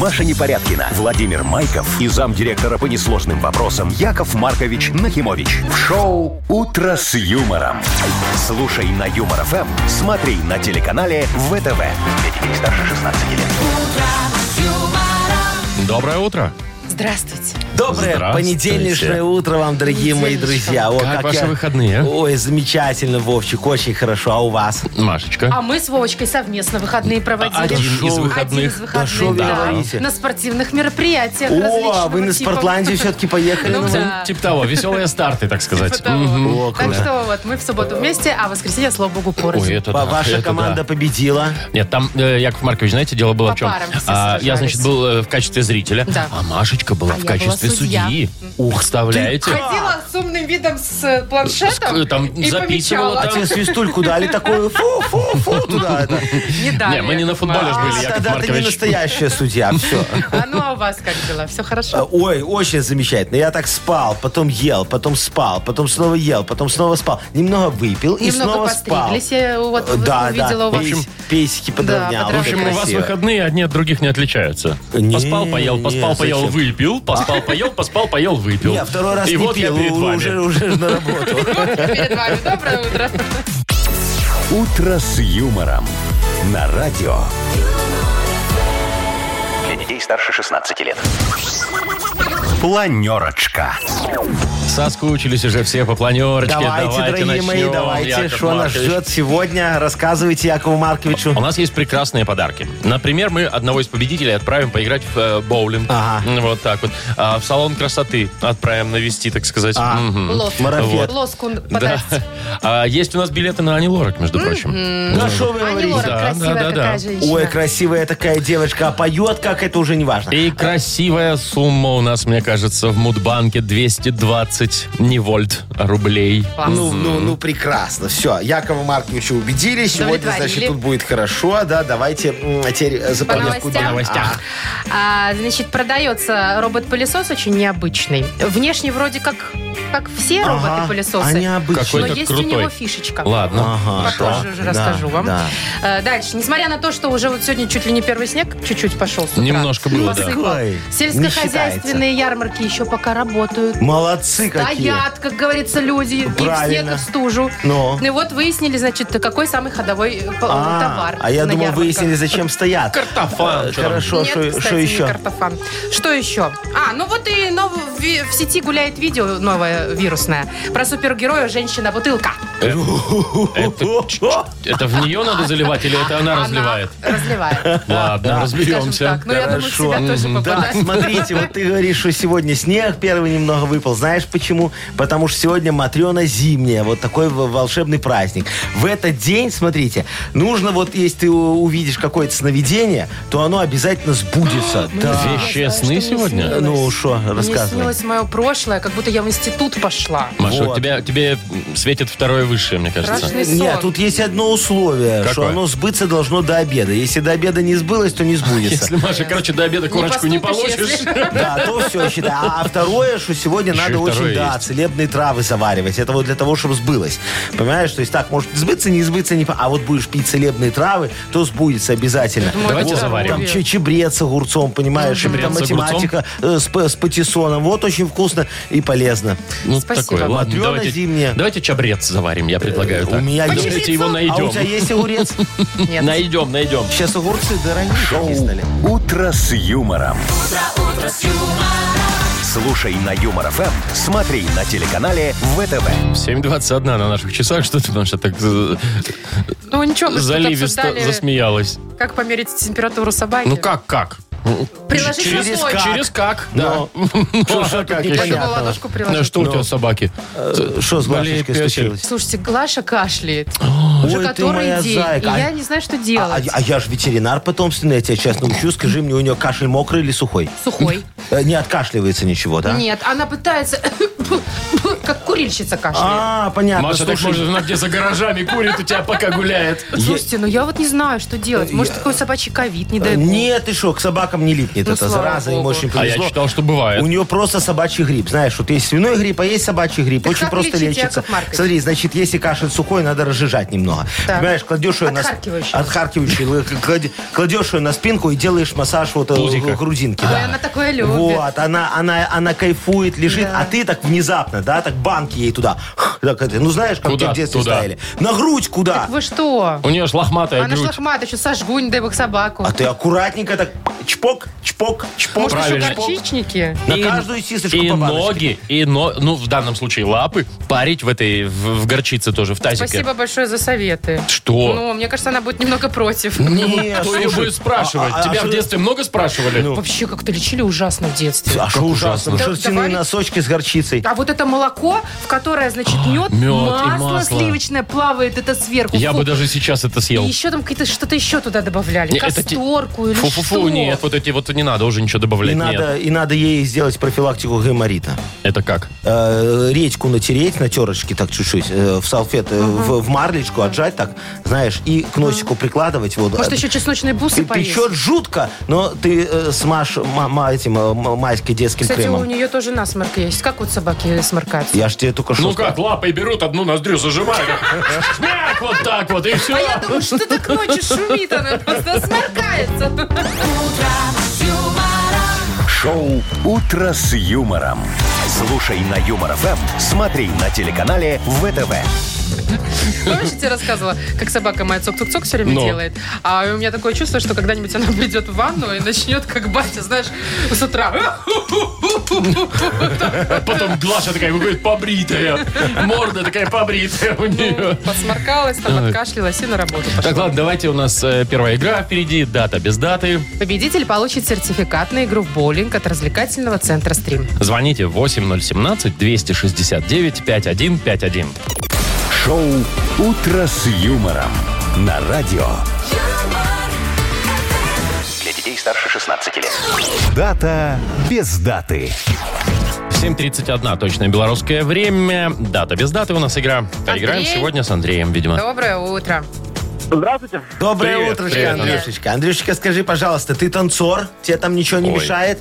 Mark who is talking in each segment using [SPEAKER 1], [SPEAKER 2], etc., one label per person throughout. [SPEAKER 1] Маша Непорядкина, Владимир Майков и замдиректора по несложным вопросам Яков Маркович Нахимович. В шоу «Утро с юмором». Слушай на Юмор ФМ, смотри на телеканале ВТВ. Для детей старше 16 лет.
[SPEAKER 2] Доброе утро.
[SPEAKER 3] Здравствуйте.
[SPEAKER 4] Доброе
[SPEAKER 2] Здравствуйте.
[SPEAKER 4] понедельничное утро вам, дорогие мои друзья. О,
[SPEAKER 2] Как ваши
[SPEAKER 4] я-
[SPEAKER 2] выходные?
[SPEAKER 4] Ой, замечательно, Вовчик, очень хорошо. А у вас?
[SPEAKER 2] Машечка.
[SPEAKER 3] А мы с Вовочкой совместно выходные проводили.
[SPEAKER 2] Один
[SPEAKER 3] Один
[SPEAKER 2] из выходных.
[SPEAKER 3] из
[SPEAKER 4] Да шо
[SPEAKER 3] выходных,
[SPEAKER 4] вы
[SPEAKER 3] да.
[SPEAKER 4] говорите?
[SPEAKER 3] На спортивных мероприятиях
[SPEAKER 4] О,
[SPEAKER 3] различного
[SPEAKER 4] вы на
[SPEAKER 3] типа.
[SPEAKER 4] Спортландию все-таки поехали?
[SPEAKER 3] Ну
[SPEAKER 4] на
[SPEAKER 3] да.
[SPEAKER 2] Типа того, веселые старты, так сказать.
[SPEAKER 3] Типа того.
[SPEAKER 4] О,
[SPEAKER 3] Так
[SPEAKER 4] круто.
[SPEAKER 3] что вот, мы в субботу вместе, а в воскресенье, слава богу, порознь.
[SPEAKER 2] это
[SPEAKER 4] Ва-
[SPEAKER 2] да,
[SPEAKER 4] Ваша
[SPEAKER 2] это
[SPEAKER 4] команда
[SPEAKER 2] да.
[SPEAKER 4] победила.
[SPEAKER 2] Нет, там, э, Яков Маркович, знаете, дело было
[SPEAKER 3] По
[SPEAKER 2] в чем?
[SPEAKER 3] парам все
[SPEAKER 2] я,
[SPEAKER 3] сражались.
[SPEAKER 2] значит, был э, в качестве зрителя,
[SPEAKER 3] Да.
[SPEAKER 2] а Машечка была
[SPEAKER 3] А
[SPEAKER 2] в
[SPEAKER 3] я
[SPEAKER 2] качестве
[SPEAKER 3] была судья.
[SPEAKER 2] судьи. Ух, представляете?
[SPEAKER 3] Ходила с умным видом с э, планшетом
[SPEAKER 2] С- там
[SPEAKER 3] и
[SPEAKER 2] записывала,
[SPEAKER 3] помечала.
[SPEAKER 4] А тебе свистульку дали такую, фу-фу-фу, туда. это.
[SPEAKER 3] Не дали.
[SPEAKER 2] Не, мы не на футболе ж были,
[SPEAKER 4] А,
[SPEAKER 2] Яков
[SPEAKER 4] Тогда ты не
[SPEAKER 2] Маркович.
[SPEAKER 4] настоящая судья, все.
[SPEAKER 3] А ну а у вас как дела? Все хорошо?
[SPEAKER 4] Ой, очень замечательно. Я так спал, потом ел, потом спал, потом снова ел, потом снова спал. Немного выпил и
[SPEAKER 3] Немного
[SPEAKER 4] снова спал.
[SPEAKER 3] постриглись, я вот
[SPEAKER 4] Э, Да, да.
[SPEAKER 3] увидела у вас.
[SPEAKER 4] В общем, песики подровнял.
[SPEAKER 3] подровнял.
[SPEAKER 2] В общем, у вас
[SPEAKER 4] Красиво.
[SPEAKER 2] выходные одни от других не отличаются.
[SPEAKER 4] Не,
[SPEAKER 2] поспал, поел, поспал,
[SPEAKER 4] не,
[SPEAKER 2] поел,
[SPEAKER 4] зачем?
[SPEAKER 2] выпил, поспал, поел, поспал, поел, выпил.
[SPEAKER 4] Не, второй раз
[SPEAKER 2] И
[SPEAKER 4] не
[SPEAKER 2] вот я
[SPEAKER 4] пил,
[SPEAKER 2] перед
[SPEAKER 4] у-
[SPEAKER 2] вами.
[SPEAKER 4] уже, уже на работу.
[SPEAKER 3] Перед вами доброе утро.
[SPEAKER 1] «Утро с юмором» на радио. Для детей старше 16 лет. Планерочка.
[SPEAKER 2] Соскучились уже все по планерочке.
[SPEAKER 4] Давайте, дорогие
[SPEAKER 2] начнем,
[SPEAKER 4] мои, давайте.
[SPEAKER 2] Яков
[SPEAKER 4] Что нас
[SPEAKER 2] Маркович.
[SPEAKER 4] ждет сегодня? Рассказывайте Якову Марковичу.
[SPEAKER 2] У нас есть прекрасные подарки. Например, мы одного из победителей отправим поиграть в э, боулинг.
[SPEAKER 4] Ага.
[SPEAKER 2] М, Вот так вот. А, в салон красоты отправим навести, так сказать.
[SPEAKER 4] А.
[SPEAKER 2] Мгм.
[SPEAKER 3] Лоск.
[SPEAKER 4] Марафет.
[SPEAKER 3] Лоску
[SPEAKER 2] Да.
[SPEAKER 3] подарите.
[SPEAKER 2] А, есть у нас билеты на Ани Лорак, между прочим.
[SPEAKER 4] Ну что вы
[SPEAKER 3] Ани Лорак,
[SPEAKER 4] говорите?
[SPEAKER 2] Да,
[SPEAKER 3] красивая
[SPEAKER 2] да, да,
[SPEAKER 3] какая
[SPEAKER 2] да.
[SPEAKER 3] женщина.
[SPEAKER 4] Ой, красивая такая девочка, а поет как, это уже не важно.
[SPEAKER 2] И красивая сумма у нас, мне кажется, в Мудбанке 220 невольт рублей.
[SPEAKER 4] Ну, ну, ну, прекрасно. Все, Якова Марковича убедили. Сегодня,
[SPEAKER 3] Удовлетворили.
[SPEAKER 4] значит, тут будет хорошо. Да, давайте м, теперь э, за
[SPEAKER 3] По
[SPEAKER 4] повестку
[SPEAKER 3] новостям?
[SPEAKER 4] дня.
[SPEAKER 3] По
[SPEAKER 2] новостям.
[SPEAKER 3] А, значит, продается робот-пылесос очень необычный. Внешне вроде как, как все
[SPEAKER 4] Ага, а
[SPEAKER 3] роботы-пылесосы.
[SPEAKER 4] необычно.
[SPEAKER 3] но
[SPEAKER 2] Какой-то
[SPEAKER 3] есть
[SPEAKER 2] крутой.
[SPEAKER 3] у него фишечка.
[SPEAKER 2] Ладно.
[SPEAKER 4] Ага,
[SPEAKER 3] Попозже
[SPEAKER 4] да,
[SPEAKER 3] уже
[SPEAKER 4] да,
[SPEAKER 3] расскажу вам.
[SPEAKER 4] да.
[SPEAKER 3] Э, Дальше. Несмотря на то, что уже вот сегодня чуть ли не первый снег, чуть-чуть пошел с утра.
[SPEAKER 2] Немножко было, да.
[SPEAKER 3] Посыпал.
[SPEAKER 4] Ой, не
[SPEAKER 3] Сельскохозяйственные ярмарки еще пока работают.
[SPEAKER 4] Молодцы какие.
[SPEAKER 3] Стоят, как говорится, люди, и в снег, и
[SPEAKER 4] Правильно.
[SPEAKER 3] в стужу.
[SPEAKER 4] Ну.
[SPEAKER 3] И вот выяснили, значит, какой самый ходовой э, по-
[SPEAKER 4] А,
[SPEAKER 3] товар
[SPEAKER 4] а я
[SPEAKER 3] на
[SPEAKER 4] думал,
[SPEAKER 3] ярмарках.
[SPEAKER 4] выяснили, зачем стоят.
[SPEAKER 2] Картофан.
[SPEAKER 4] Э,
[SPEAKER 2] что там?
[SPEAKER 4] Хорошо,
[SPEAKER 3] Нет,
[SPEAKER 4] что
[SPEAKER 3] кстати,
[SPEAKER 4] что
[SPEAKER 3] не
[SPEAKER 4] еще?
[SPEAKER 3] картофан. Что еще? А, ну вот и нов- ви- в сети гуляет видео новое вирусное про супергероя женщина-бутылка.
[SPEAKER 2] Это в нее надо заливать или это она разливает?
[SPEAKER 3] Разливает.
[SPEAKER 2] Ладно,
[SPEAKER 3] Скажем
[SPEAKER 2] разберемся.
[SPEAKER 3] так. Ну, я думаю, в
[SPEAKER 4] Хорошо.
[SPEAKER 3] себя тоже
[SPEAKER 4] Да,
[SPEAKER 3] попадать.
[SPEAKER 4] смотрите, вот ты говоришь, что сегодня снег первый немного выпал. Знаешь почему? Потому что сегодня Матрена зимняя. Вот такой в- волшебный праздник. В этот день, смотрите, нужно вот, если ты у- увидишь какое-то сновидение, то оно обязательно
[SPEAKER 3] А,
[SPEAKER 4] сбудется. Да.
[SPEAKER 2] Вещи сны сегодня?
[SPEAKER 4] Ну, что,
[SPEAKER 3] Мне
[SPEAKER 4] рассказывай.
[SPEAKER 3] ну, снилось мое прошлое, как будто я в институт пошла.
[SPEAKER 2] Маша,
[SPEAKER 4] Вот.
[SPEAKER 2] тебя, тебе светит второе высшее, мне кажется.
[SPEAKER 3] Страшный сон.
[SPEAKER 4] Нет, тут есть одно условие, что
[SPEAKER 2] Какое? А,
[SPEAKER 4] оно сбыться должно до обеда. Если до обеда не сбылось, то не сбудется.
[SPEAKER 2] Если, Маша, короче, до обеда корочку не
[SPEAKER 3] поступишь,
[SPEAKER 2] получишь.
[SPEAKER 3] если-
[SPEAKER 4] Да, то все считай. А второе, что сегодня
[SPEAKER 2] Еще и
[SPEAKER 4] надо очень,
[SPEAKER 2] второе
[SPEAKER 4] да,
[SPEAKER 2] есть.
[SPEAKER 4] целебные травы заваривать. Это вот для того, чтобы сбылось. Понимаешь? То есть так, может сбыться, не сбыться, не... по- А вот будешь пить целебные травы, то сбудется обязательно.
[SPEAKER 3] думаю,
[SPEAKER 2] Давайте
[SPEAKER 4] Вот,
[SPEAKER 2] заварим.
[SPEAKER 4] Там че- чебрец с огурцом, понимаешь? и
[SPEAKER 2] Чебрец
[SPEAKER 4] Там
[SPEAKER 2] с огурцом.
[SPEAKER 4] математика э, с, п- с патиссоном. Вот очень вкусно и полезно.
[SPEAKER 2] Ну,
[SPEAKER 3] Спасибо.
[SPEAKER 2] такое. Ладно,
[SPEAKER 4] Матрёна
[SPEAKER 2] давайте,
[SPEAKER 4] зимняя.
[SPEAKER 2] давайте чабрец заварим, я предлагаю
[SPEAKER 4] Э, у
[SPEAKER 2] так.
[SPEAKER 4] меня есть.
[SPEAKER 2] Давайте его
[SPEAKER 4] А у тебя
[SPEAKER 2] найдем.
[SPEAKER 4] есть огурец?
[SPEAKER 3] Нет.
[SPEAKER 2] Найдем, найдем.
[SPEAKER 4] Сейчас огурцы дорогие стали.
[SPEAKER 1] «Утро с юмором». Слушай на Юмор ФМ, смотри на телеканале ВТВ.
[SPEAKER 2] 7.21 на наших часах. Что ты, Маша, так э,
[SPEAKER 3] Ну ничего, мы тут
[SPEAKER 2] заливисто
[SPEAKER 3] обсуждали,
[SPEAKER 2] засмеялась?
[SPEAKER 3] как померить температуру собаки.
[SPEAKER 2] Ну как, как?
[SPEAKER 3] Приложить
[SPEAKER 2] Через
[SPEAKER 3] на слой.
[SPEAKER 4] как? Ну,
[SPEAKER 2] Через как, да.
[SPEAKER 4] Но- Что ж,
[SPEAKER 2] А,
[SPEAKER 4] тут
[SPEAKER 2] как
[SPEAKER 3] Чтобы
[SPEAKER 2] еще?
[SPEAKER 4] непонятно.
[SPEAKER 3] ладошку приложить.
[SPEAKER 2] Ну, что у тебя с собаки?
[SPEAKER 4] Э, Что с
[SPEAKER 2] Болеет
[SPEAKER 4] Машечкой
[SPEAKER 2] пёсель.
[SPEAKER 4] случилось?
[SPEAKER 3] Слушайте, Глаша кашляет. Уже
[SPEAKER 4] Ой, ты
[SPEAKER 3] который
[SPEAKER 4] моя
[SPEAKER 3] день.
[SPEAKER 4] зайка.
[SPEAKER 3] И
[SPEAKER 4] А-
[SPEAKER 3] я не знаю, что
[SPEAKER 4] А,
[SPEAKER 3] делать.
[SPEAKER 4] а я же ветеринар потомственный, я тебя сейчас научу. Скажи мне, у нее кашель мокрый или сухой?
[SPEAKER 3] Сухой.
[SPEAKER 4] Э, Не откашливается ничего, да?
[SPEAKER 3] Нет, она пытается Как курильщица кашляет.
[SPEAKER 4] А, понятно.
[SPEAKER 2] Маша, так
[SPEAKER 4] слушай.
[SPEAKER 2] может, она где за гаражами курит у тебя, пока гуляет.
[SPEAKER 3] Слушайте, ну я вот не знаю, что делать. Может,
[SPEAKER 4] Я-
[SPEAKER 3] такой собачий ковид, не дай бог.
[SPEAKER 4] Нет, ты что, к собакам не липнет
[SPEAKER 3] Ну,
[SPEAKER 4] это
[SPEAKER 3] слава
[SPEAKER 4] зараза, им
[SPEAKER 3] богу.
[SPEAKER 4] очень
[SPEAKER 2] ну. А я
[SPEAKER 4] повезло.
[SPEAKER 2] читал, что бывает.
[SPEAKER 4] У нее просто собачий грипп. Знаешь, вот есть свиной грипп, а есть собачий грипп.
[SPEAKER 3] Так
[SPEAKER 4] Очень
[SPEAKER 3] как
[SPEAKER 4] просто
[SPEAKER 3] лечите,
[SPEAKER 4] лечится.
[SPEAKER 3] Яков Маркович?
[SPEAKER 4] Смотри, значит, если кашель сухой, надо разжижать немного.
[SPEAKER 3] Так.
[SPEAKER 4] Понимаешь, кладешь ее на с-
[SPEAKER 3] Отхаркивающий.
[SPEAKER 4] отхаркивающий, л- кладе- кладешь ее на спинку и делаешь массаж вот э,
[SPEAKER 2] Пузико.
[SPEAKER 4] грудинки.
[SPEAKER 3] Ой,
[SPEAKER 4] да.
[SPEAKER 3] она такое любит.
[SPEAKER 4] Вот, она, она, она кайфует, лежит,
[SPEAKER 3] Да.
[SPEAKER 4] а ты так внезапно, да, так банки ей туда. Х, так это, ну знаешь, как
[SPEAKER 2] Куда?
[SPEAKER 4] тебе в детстве
[SPEAKER 2] Туда.
[SPEAKER 4] ставили? На грудь куда?
[SPEAKER 3] Вы что?
[SPEAKER 2] У нее ж лохматая
[SPEAKER 3] Она
[SPEAKER 2] грудь.
[SPEAKER 3] шлахмата, еще сожгу, не дай бог собаку.
[SPEAKER 4] А ты аккуратненько так чпок, чпок, чпок.
[SPEAKER 3] Может, еще
[SPEAKER 2] правильно.
[SPEAKER 3] горчичники?
[SPEAKER 4] На
[SPEAKER 2] И-
[SPEAKER 4] каждую сисочку
[SPEAKER 2] И
[SPEAKER 4] по баночке.
[SPEAKER 2] ноги, и но, ну, в данном случае лапы парить в этой, в, в горчице тоже, в тазике.
[SPEAKER 3] Спасибо большое за советы.
[SPEAKER 2] Что?
[SPEAKER 3] Ну, мне кажется, она будет немного против.
[SPEAKER 4] Не,
[SPEAKER 2] Кто ее
[SPEAKER 4] слушай,
[SPEAKER 2] будет спрашивать?
[SPEAKER 4] а- а-
[SPEAKER 2] Тебя
[SPEAKER 4] а Ну,
[SPEAKER 2] в
[SPEAKER 4] шо-
[SPEAKER 2] детстве много спрашивали?
[SPEAKER 3] Вообще, как-то лечили ужасно в детстве.
[SPEAKER 4] А что ужасно?
[SPEAKER 3] Да,
[SPEAKER 4] Шерстяные
[SPEAKER 3] давай.
[SPEAKER 4] носочки с горчицей.
[SPEAKER 3] А вот это молоко, в которое, значит, мед,
[SPEAKER 2] мед и
[SPEAKER 3] масло,
[SPEAKER 2] масло.
[SPEAKER 3] сливочное плавает, это сверху.
[SPEAKER 2] Я
[SPEAKER 3] Фу.
[SPEAKER 2] бы даже сейчас это
[SPEAKER 3] И
[SPEAKER 2] съел.
[SPEAKER 3] еще там какие-то что-то еще туда добавляли.
[SPEAKER 2] Не, это те-
[SPEAKER 3] Касторку или
[SPEAKER 2] Фу-фу-фу,
[SPEAKER 3] что?
[SPEAKER 2] нет, вот эти вот не надо уже ничего
[SPEAKER 4] И
[SPEAKER 2] добавлять. Нет.
[SPEAKER 4] надо, и надо ей сделать профилактику гайморита.
[SPEAKER 2] Это как?
[SPEAKER 4] Э, редьку натереть на терочке так чуть-чуть, э, в салфет, э, в, в марлечку отжать так, знаешь, и к носику прикладывать. Вот.
[SPEAKER 3] Может, еще чесночные бусы
[SPEAKER 4] Ты
[SPEAKER 3] поесть?
[SPEAKER 4] печет жутко, но ты э, смажь ма- ма- этим э, м- майский детским
[SPEAKER 3] Кстати, у
[SPEAKER 4] кремом.
[SPEAKER 3] нее тоже насморк есть. Как вот собаки сморкаются?
[SPEAKER 4] Я ж тебе только что...
[SPEAKER 2] Ну как, лапой берут, одну ноздрю зажимают. Шмяк, вот так вот, и
[SPEAKER 3] А я
[SPEAKER 2] все.
[SPEAKER 3] думаю, что так ночью шумит она, просто сморкается.
[SPEAKER 1] Шоу «Утро с юмором». Слушай на Юмор ФМ, смотри на телеканале ВТВ.
[SPEAKER 3] Помнишь, я тебе рассказывала, как собака моя цок-цок-цок все время
[SPEAKER 2] Ну.
[SPEAKER 3] делает? А у меня такое чувство, что когда-нибудь она придет в ванну и начнет, как батя, знаешь, с утра.
[SPEAKER 2] А Потом Глаша такая выходит побритая. Морда такая побритая у нее.
[SPEAKER 3] Посморкалась, там откашлялась и на работу пошла.
[SPEAKER 2] Так, ладно, давайте у нас э, первая игра впереди. Дата без даты.
[SPEAKER 3] Победитель получит сертификат на игру в боулинг от развлекательного центра «Стрим».
[SPEAKER 2] Звоните 8017-269-5151.
[SPEAKER 1] Шоу «Утро с юмором» на радио.
[SPEAKER 5] Для детей старше 16 лет.
[SPEAKER 1] Дата без даты.
[SPEAKER 2] 7.31, точное белорусское время. Дата без даты у нас игра. Поиграем
[SPEAKER 3] Андрей?
[SPEAKER 2] сегодня с Андреем, видимо.
[SPEAKER 3] Доброе утро.
[SPEAKER 4] Доброе
[SPEAKER 2] Привет,
[SPEAKER 4] утрочко,
[SPEAKER 2] привет,
[SPEAKER 4] Андрюшечка. Андрюшечка, скажи, пожалуйста, ты танцор? Тебе там ничего не
[SPEAKER 2] Ой.
[SPEAKER 4] мешает?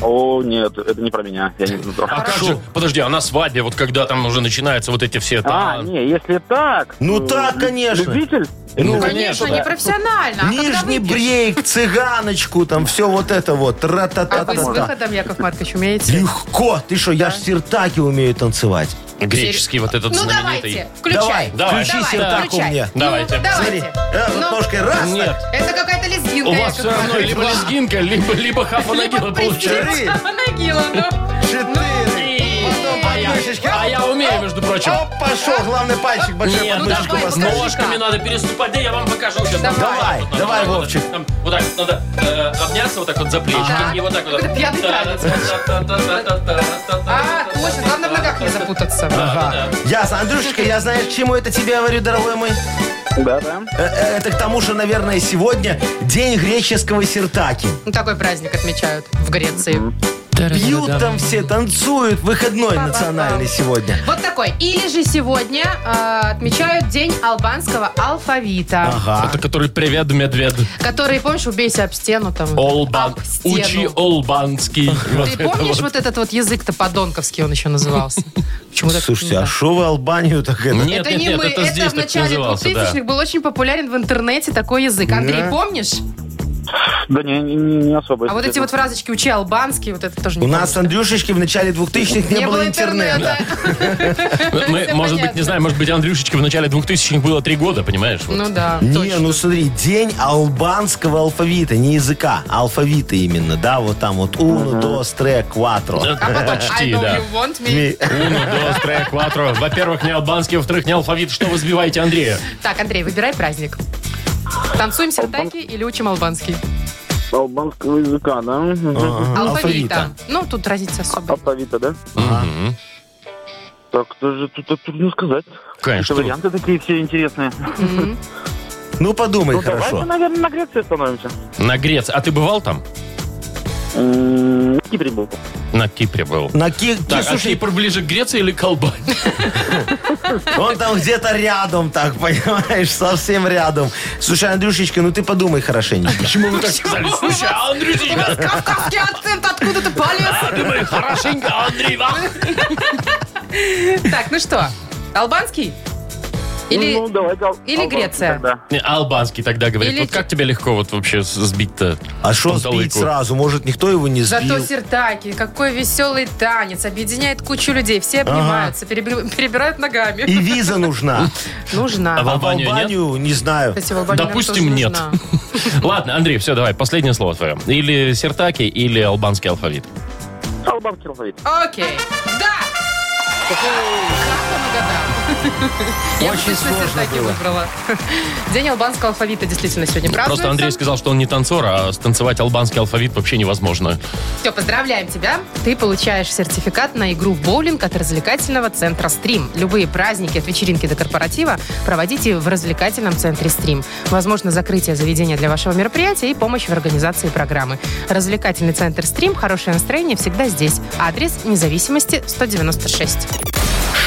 [SPEAKER 6] О, нет, это не про меня. Я не знаю.
[SPEAKER 2] А как же, подожди, а на свадьбе, вот когда там уже начинаются вот эти все...
[SPEAKER 6] А,
[SPEAKER 2] там-
[SPEAKER 6] не, если так...
[SPEAKER 4] Ну
[SPEAKER 6] э,
[SPEAKER 4] так, конечно.
[SPEAKER 6] Любитель?
[SPEAKER 2] Ну, конечно.
[SPEAKER 3] Конечно, не профессионально. а когда
[SPEAKER 4] Нижний
[SPEAKER 3] выпьешь?
[SPEAKER 4] брейк, цыганочку, там все вот это вот.
[SPEAKER 3] А вы с
[SPEAKER 4] Тра-та-та-та-та.
[SPEAKER 3] выходом, Яков Маркович, умеете?
[SPEAKER 4] Легко. Ты что, я ж сиртаки умею танцевать.
[SPEAKER 2] Греческий вот этот
[SPEAKER 3] Ну
[SPEAKER 2] знаменитый.
[SPEAKER 3] давайте, включай.
[SPEAKER 4] Давай,
[SPEAKER 2] Давай.
[SPEAKER 4] включи
[SPEAKER 2] Давай,
[SPEAKER 4] сиртаку
[SPEAKER 3] включай.
[SPEAKER 4] мне.
[SPEAKER 3] Ну,
[SPEAKER 2] Давайте.
[SPEAKER 4] Смотри,
[SPEAKER 3] давайте.
[SPEAKER 4] э, вот
[SPEAKER 3] Ну,
[SPEAKER 4] ножкой раз. так.
[SPEAKER 2] Нет,
[SPEAKER 3] Это какая-то лезгинка,
[SPEAKER 2] у вас
[SPEAKER 3] Яков
[SPEAKER 2] все равно
[SPEAKER 3] Маркович.
[SPEAKER 2] либо лезгинка, либо, либо хафа нагила
[SPEAKER 3] Либо
[SPEAKER 2] получается.
[SPEAKER 3] присесть, а нагила, ну.
[SPEAKER 4] Четыре.
[SPEAKER 2] И-
[SPEAKER 4] Потом
[SPEAKER 2] А я-
[SPEAKER 4] подмышечки.
[SPEAKER 2] а я умею, между прочим.
[SPEAKER 4] Оп, пошел. Главное, пальчик большой
[SPEAKER 2] Нет,
[SPEAKER 4] под
[SPEAKER 3] ну
[SPEAKER 4] мышечку
[SPEAKER 3] давай,
[SPEAKER 2] с
[SPEAKER 4] поставь.
[SPEAKER 3] покажи.
[SPEAKER 2] ножками надо переступать. Да я вам покажу сейчас.
[SPEAKER 3] Давай.
[SPEAKER 4] Давай,
[SPEAKER 2] Вот надо,
[SPEAKER 4] давай,
[SPEAKER 2] вот
[SPEAKER 4] Вовчик.
[SPEAKER 2] так, там, Вот так надо э, обняться вот так вот за плечи.
[SPEAKER 3] Ага.
[SPEAKER 2] И вот так вот.
[SPEAKER 3] Это пьяный танец. А, точно, главное в ногах не запутаться.
[SPEAKER 4] Ага. Ясно. Андрюшечка, я знаю, к чему это тебе говорю, дорогой мой.
[SPEAKER 6] Да, да.
[SPEAKER 4] Э, э, Это к тому же, наверное, сегодня день греческого сиртаки.
[SPEAKER 3] Ну, такой праздник отмечают в Греции.
[SPEAKER 4] Пьют там все, танцуют. Выходной
[SPEAKER 3] Па-па-па.
[SPEAKER 4] национальный сегодня.
[SPEAKER 3] Вот такой. Или же сегодня э, отмечают День албанского алфавита.
[SPEAKER 4] Ага.
[SPEAKER 2] Это который привет, медвед.
[SPEAKER 3] Который, помнишь, убейся об стену там.
[SPEAKER 2] Олбан.
[SPEAKER 3] Об стену.
[SPEAKER 2] Учи олбанский. Вот
[SPEAKER 3] Ты
[SPEAKER 2] это
[SPEAKER 3] помнишь
[SPEAKER 2] вот.
[SPEAKER 3] вот этот вот язык-то подонковский он еще назывался? Почему так?
[SPEAKER 4] Слушайте,
[SPEAKER 3] Да.
[SPEAKER 4] а шо вы Албанию так это?
[SPEAKER 2] Нет,
[SPEAKER 3] это
[SPEAKER 2] нет,
[SPEAKER 3] не
[SPEAKER 2] нет,
[SPEAKER 3] мы,
[SPEAKER 2] это
[SPEAKER 3] это,
[SPEAKER 2] здесь
[SPEAKER 3] в
[SPEAKER 2] так
[SPEAKER 3] начале
[SPEAKER 2] назывался,
[SPEAKER 3] 2000-х
[SPEAKER 2] да.
[SPEAKER 3] был очень популярен в интернете такой язык. Андрей,
[SPEAKER 4] Да.
[SPEAKER 3] помнишь?
[SPEAKER 6] Да не, не, не особо.
[SPEAKER 3] А вот эти вот фразочки «учи албанский», вот это тоже не
[SPEAKER 4] У нас,
[SPEAKER 3] помнишь,
[SPEAKER 4] Андрюшечки, в начале 2000-х
[SPEAKER 3] да?
[SPEAKER 4] не было интернета.
[SPEAKER 2] Мы,
[SPEAKER 3] Всё
[SPEAKER 2] может быть,
[SPEAKER 3] понятно.
[SPEAKER 2] не знаем, может быть, Андрюшечке в начале 2000-х было три года, понимаешь? вот.
[SPEAKER 3] Ну да,
[SPEAKER 4] Не,
[SPEAKER 3] точно.
[SPEAKER 4] ну смотри, день албанского алфавита, не языка, а алфавита именно, да, вот там вот уно, дос, тре, кватро.
[SPEAKER 3] А потом
[SPEAKER 2] Почти,
[SPEAKER 3] «I know
[SPEAKER 2] да.
[SPEAKER 3] you want me».
[SPEAKER 4] Ми-
[SPEAKER 2] Uno, dos, tres, cuatro. Во-первых, не албанский, во-вторых, не алфавит. Что вы сбиваете, Андрея?
[SPEAKER 3] Так, Андрей, выбирай праздник. Танцуем сертаки или учим албанский?
[SPEAKER 6] Албанского языка, да? Мгм.
[SPEAKER 4] Ага,
[SPEAKER 3] Алфавита. Ну, тут разница особо.
[SPEAKER 6] Алфавита, да?
[SPEAKER 2] Мгм.
[SPEAKER 6] Так, кто же тут тут трудно сказать.
[SPEAKER 2] Конечно.
[SPEAKER 6] Какие-то варианты такие все интересные.
[SPEAKER 3] Мгм.
[SPEAKER 4] Ну подумай
[SPEAKER 6] Ну, давайте,
[SPEAKER 4] хорошо.
[SPEAKER 6] наверное, на Греции становимся.
[SPEAKER 2] На Грец. А ты бывал там?
[SPEAKER 6] М, На Кипре был.
[SPEAKER 2] На Кипре был.
[SPEAKER 4] На Ки-
[SPEAKER 2] Так,
[SPEAKER 4] Кипр,
[SPEAKER 2] а Кипр ближе к Греции или к Албании?
[SPEAKER 4] Он там где-то рядом, так, понимаешь, совсем рядом. Слушай, Андрюшечка, ну ты подумай хорошенечко.
[SPEAKER 2] Почему вы так сказали? Слушай, а
[SPEAKER 3] У
[SPEAKER 2] Андрюшечка,
[SPEAKER 3] вас кавказский акцент откуда-то полез.
[SPEAKER 2] думай, хорошенько, Андрей, вам.
[SPEAKER 3] Так, ну что, албанский? Или...
[SPEAKER 6] Ну, давайте. ал-
[SPEAKER 3] или
[SPEAKER 6] албанский
[SPEAKER 3] Греция.
[SPEAKER 6] тогда.
[SPEAKER 2] Не, Албанский тогда говорит.
[SPEAKER 3] Или
[SPEAKER 2] Вот как тебя легко вот вообще с- сбить-то?
[SPEAKER 4] А что
[SPEAKER 2] Панталыку.
[SPEAKER 4] сбить сразу? Может, никто его не
[SPEAKER 3] Зато
[SPEAKER 4] сбил?
[SPEAKER 3] Сертаки, какой веселый танец, объединяет кучу людей, все обнимаются, переб- перебирают ногами.
[SPEAKER 4] И виза нужна.
[SPEAKER 3] Нужна.
[SPEAKER 2] А в
[SPEAKER 4] А в
[SPEAKER 2] Албанию нет?
[SPEAKER 4] Албанию не знаю.
[SPEAKER 3] Кстати, в Албании, наверное,
[SPEAKER 2] Допустим,
[SPEAKER 3] тоже
[SPEAKER 2] нет.
[SPEAKER 3] нужна.
[SPEAKER 2] Ладно, Андрей, все, давай, последнее слово твое. Или сертаки, или албанский алфавит.
[SPEAKER 6] Албанский алфавит.
[SPEAKER 3] Окей. Да! Как он угадал? Я бы
[SPEAKER 4] Очень
[SPEAKER 3] точно
[SPEAKER 4] сложно
[SPEAKER 3] сертаки
[SPEAKER 4] было.
[SPEAKER 3] выбрала. День албанского алфавита действительно сегодня празднуется.
[SPEAKER 2] Просто Андрей сказал, что он не танцор, а станцевать албанский алфавит вообще невозможно.
[SPEAKER 3] Все, поздравляем тебя. Ты получаешь сертификат на игру в боулинг от развлекательного центра «Стрим». Любые праздники от вечеринки до корпоратива проводите в развлекательном центре «Стрим». Возможно, закрытие заведения для вашего мероприятия и помощь в организации программы. Развлекательный центр «Стрим» хорошее настроение всегда здесь. Адрес независимости 196.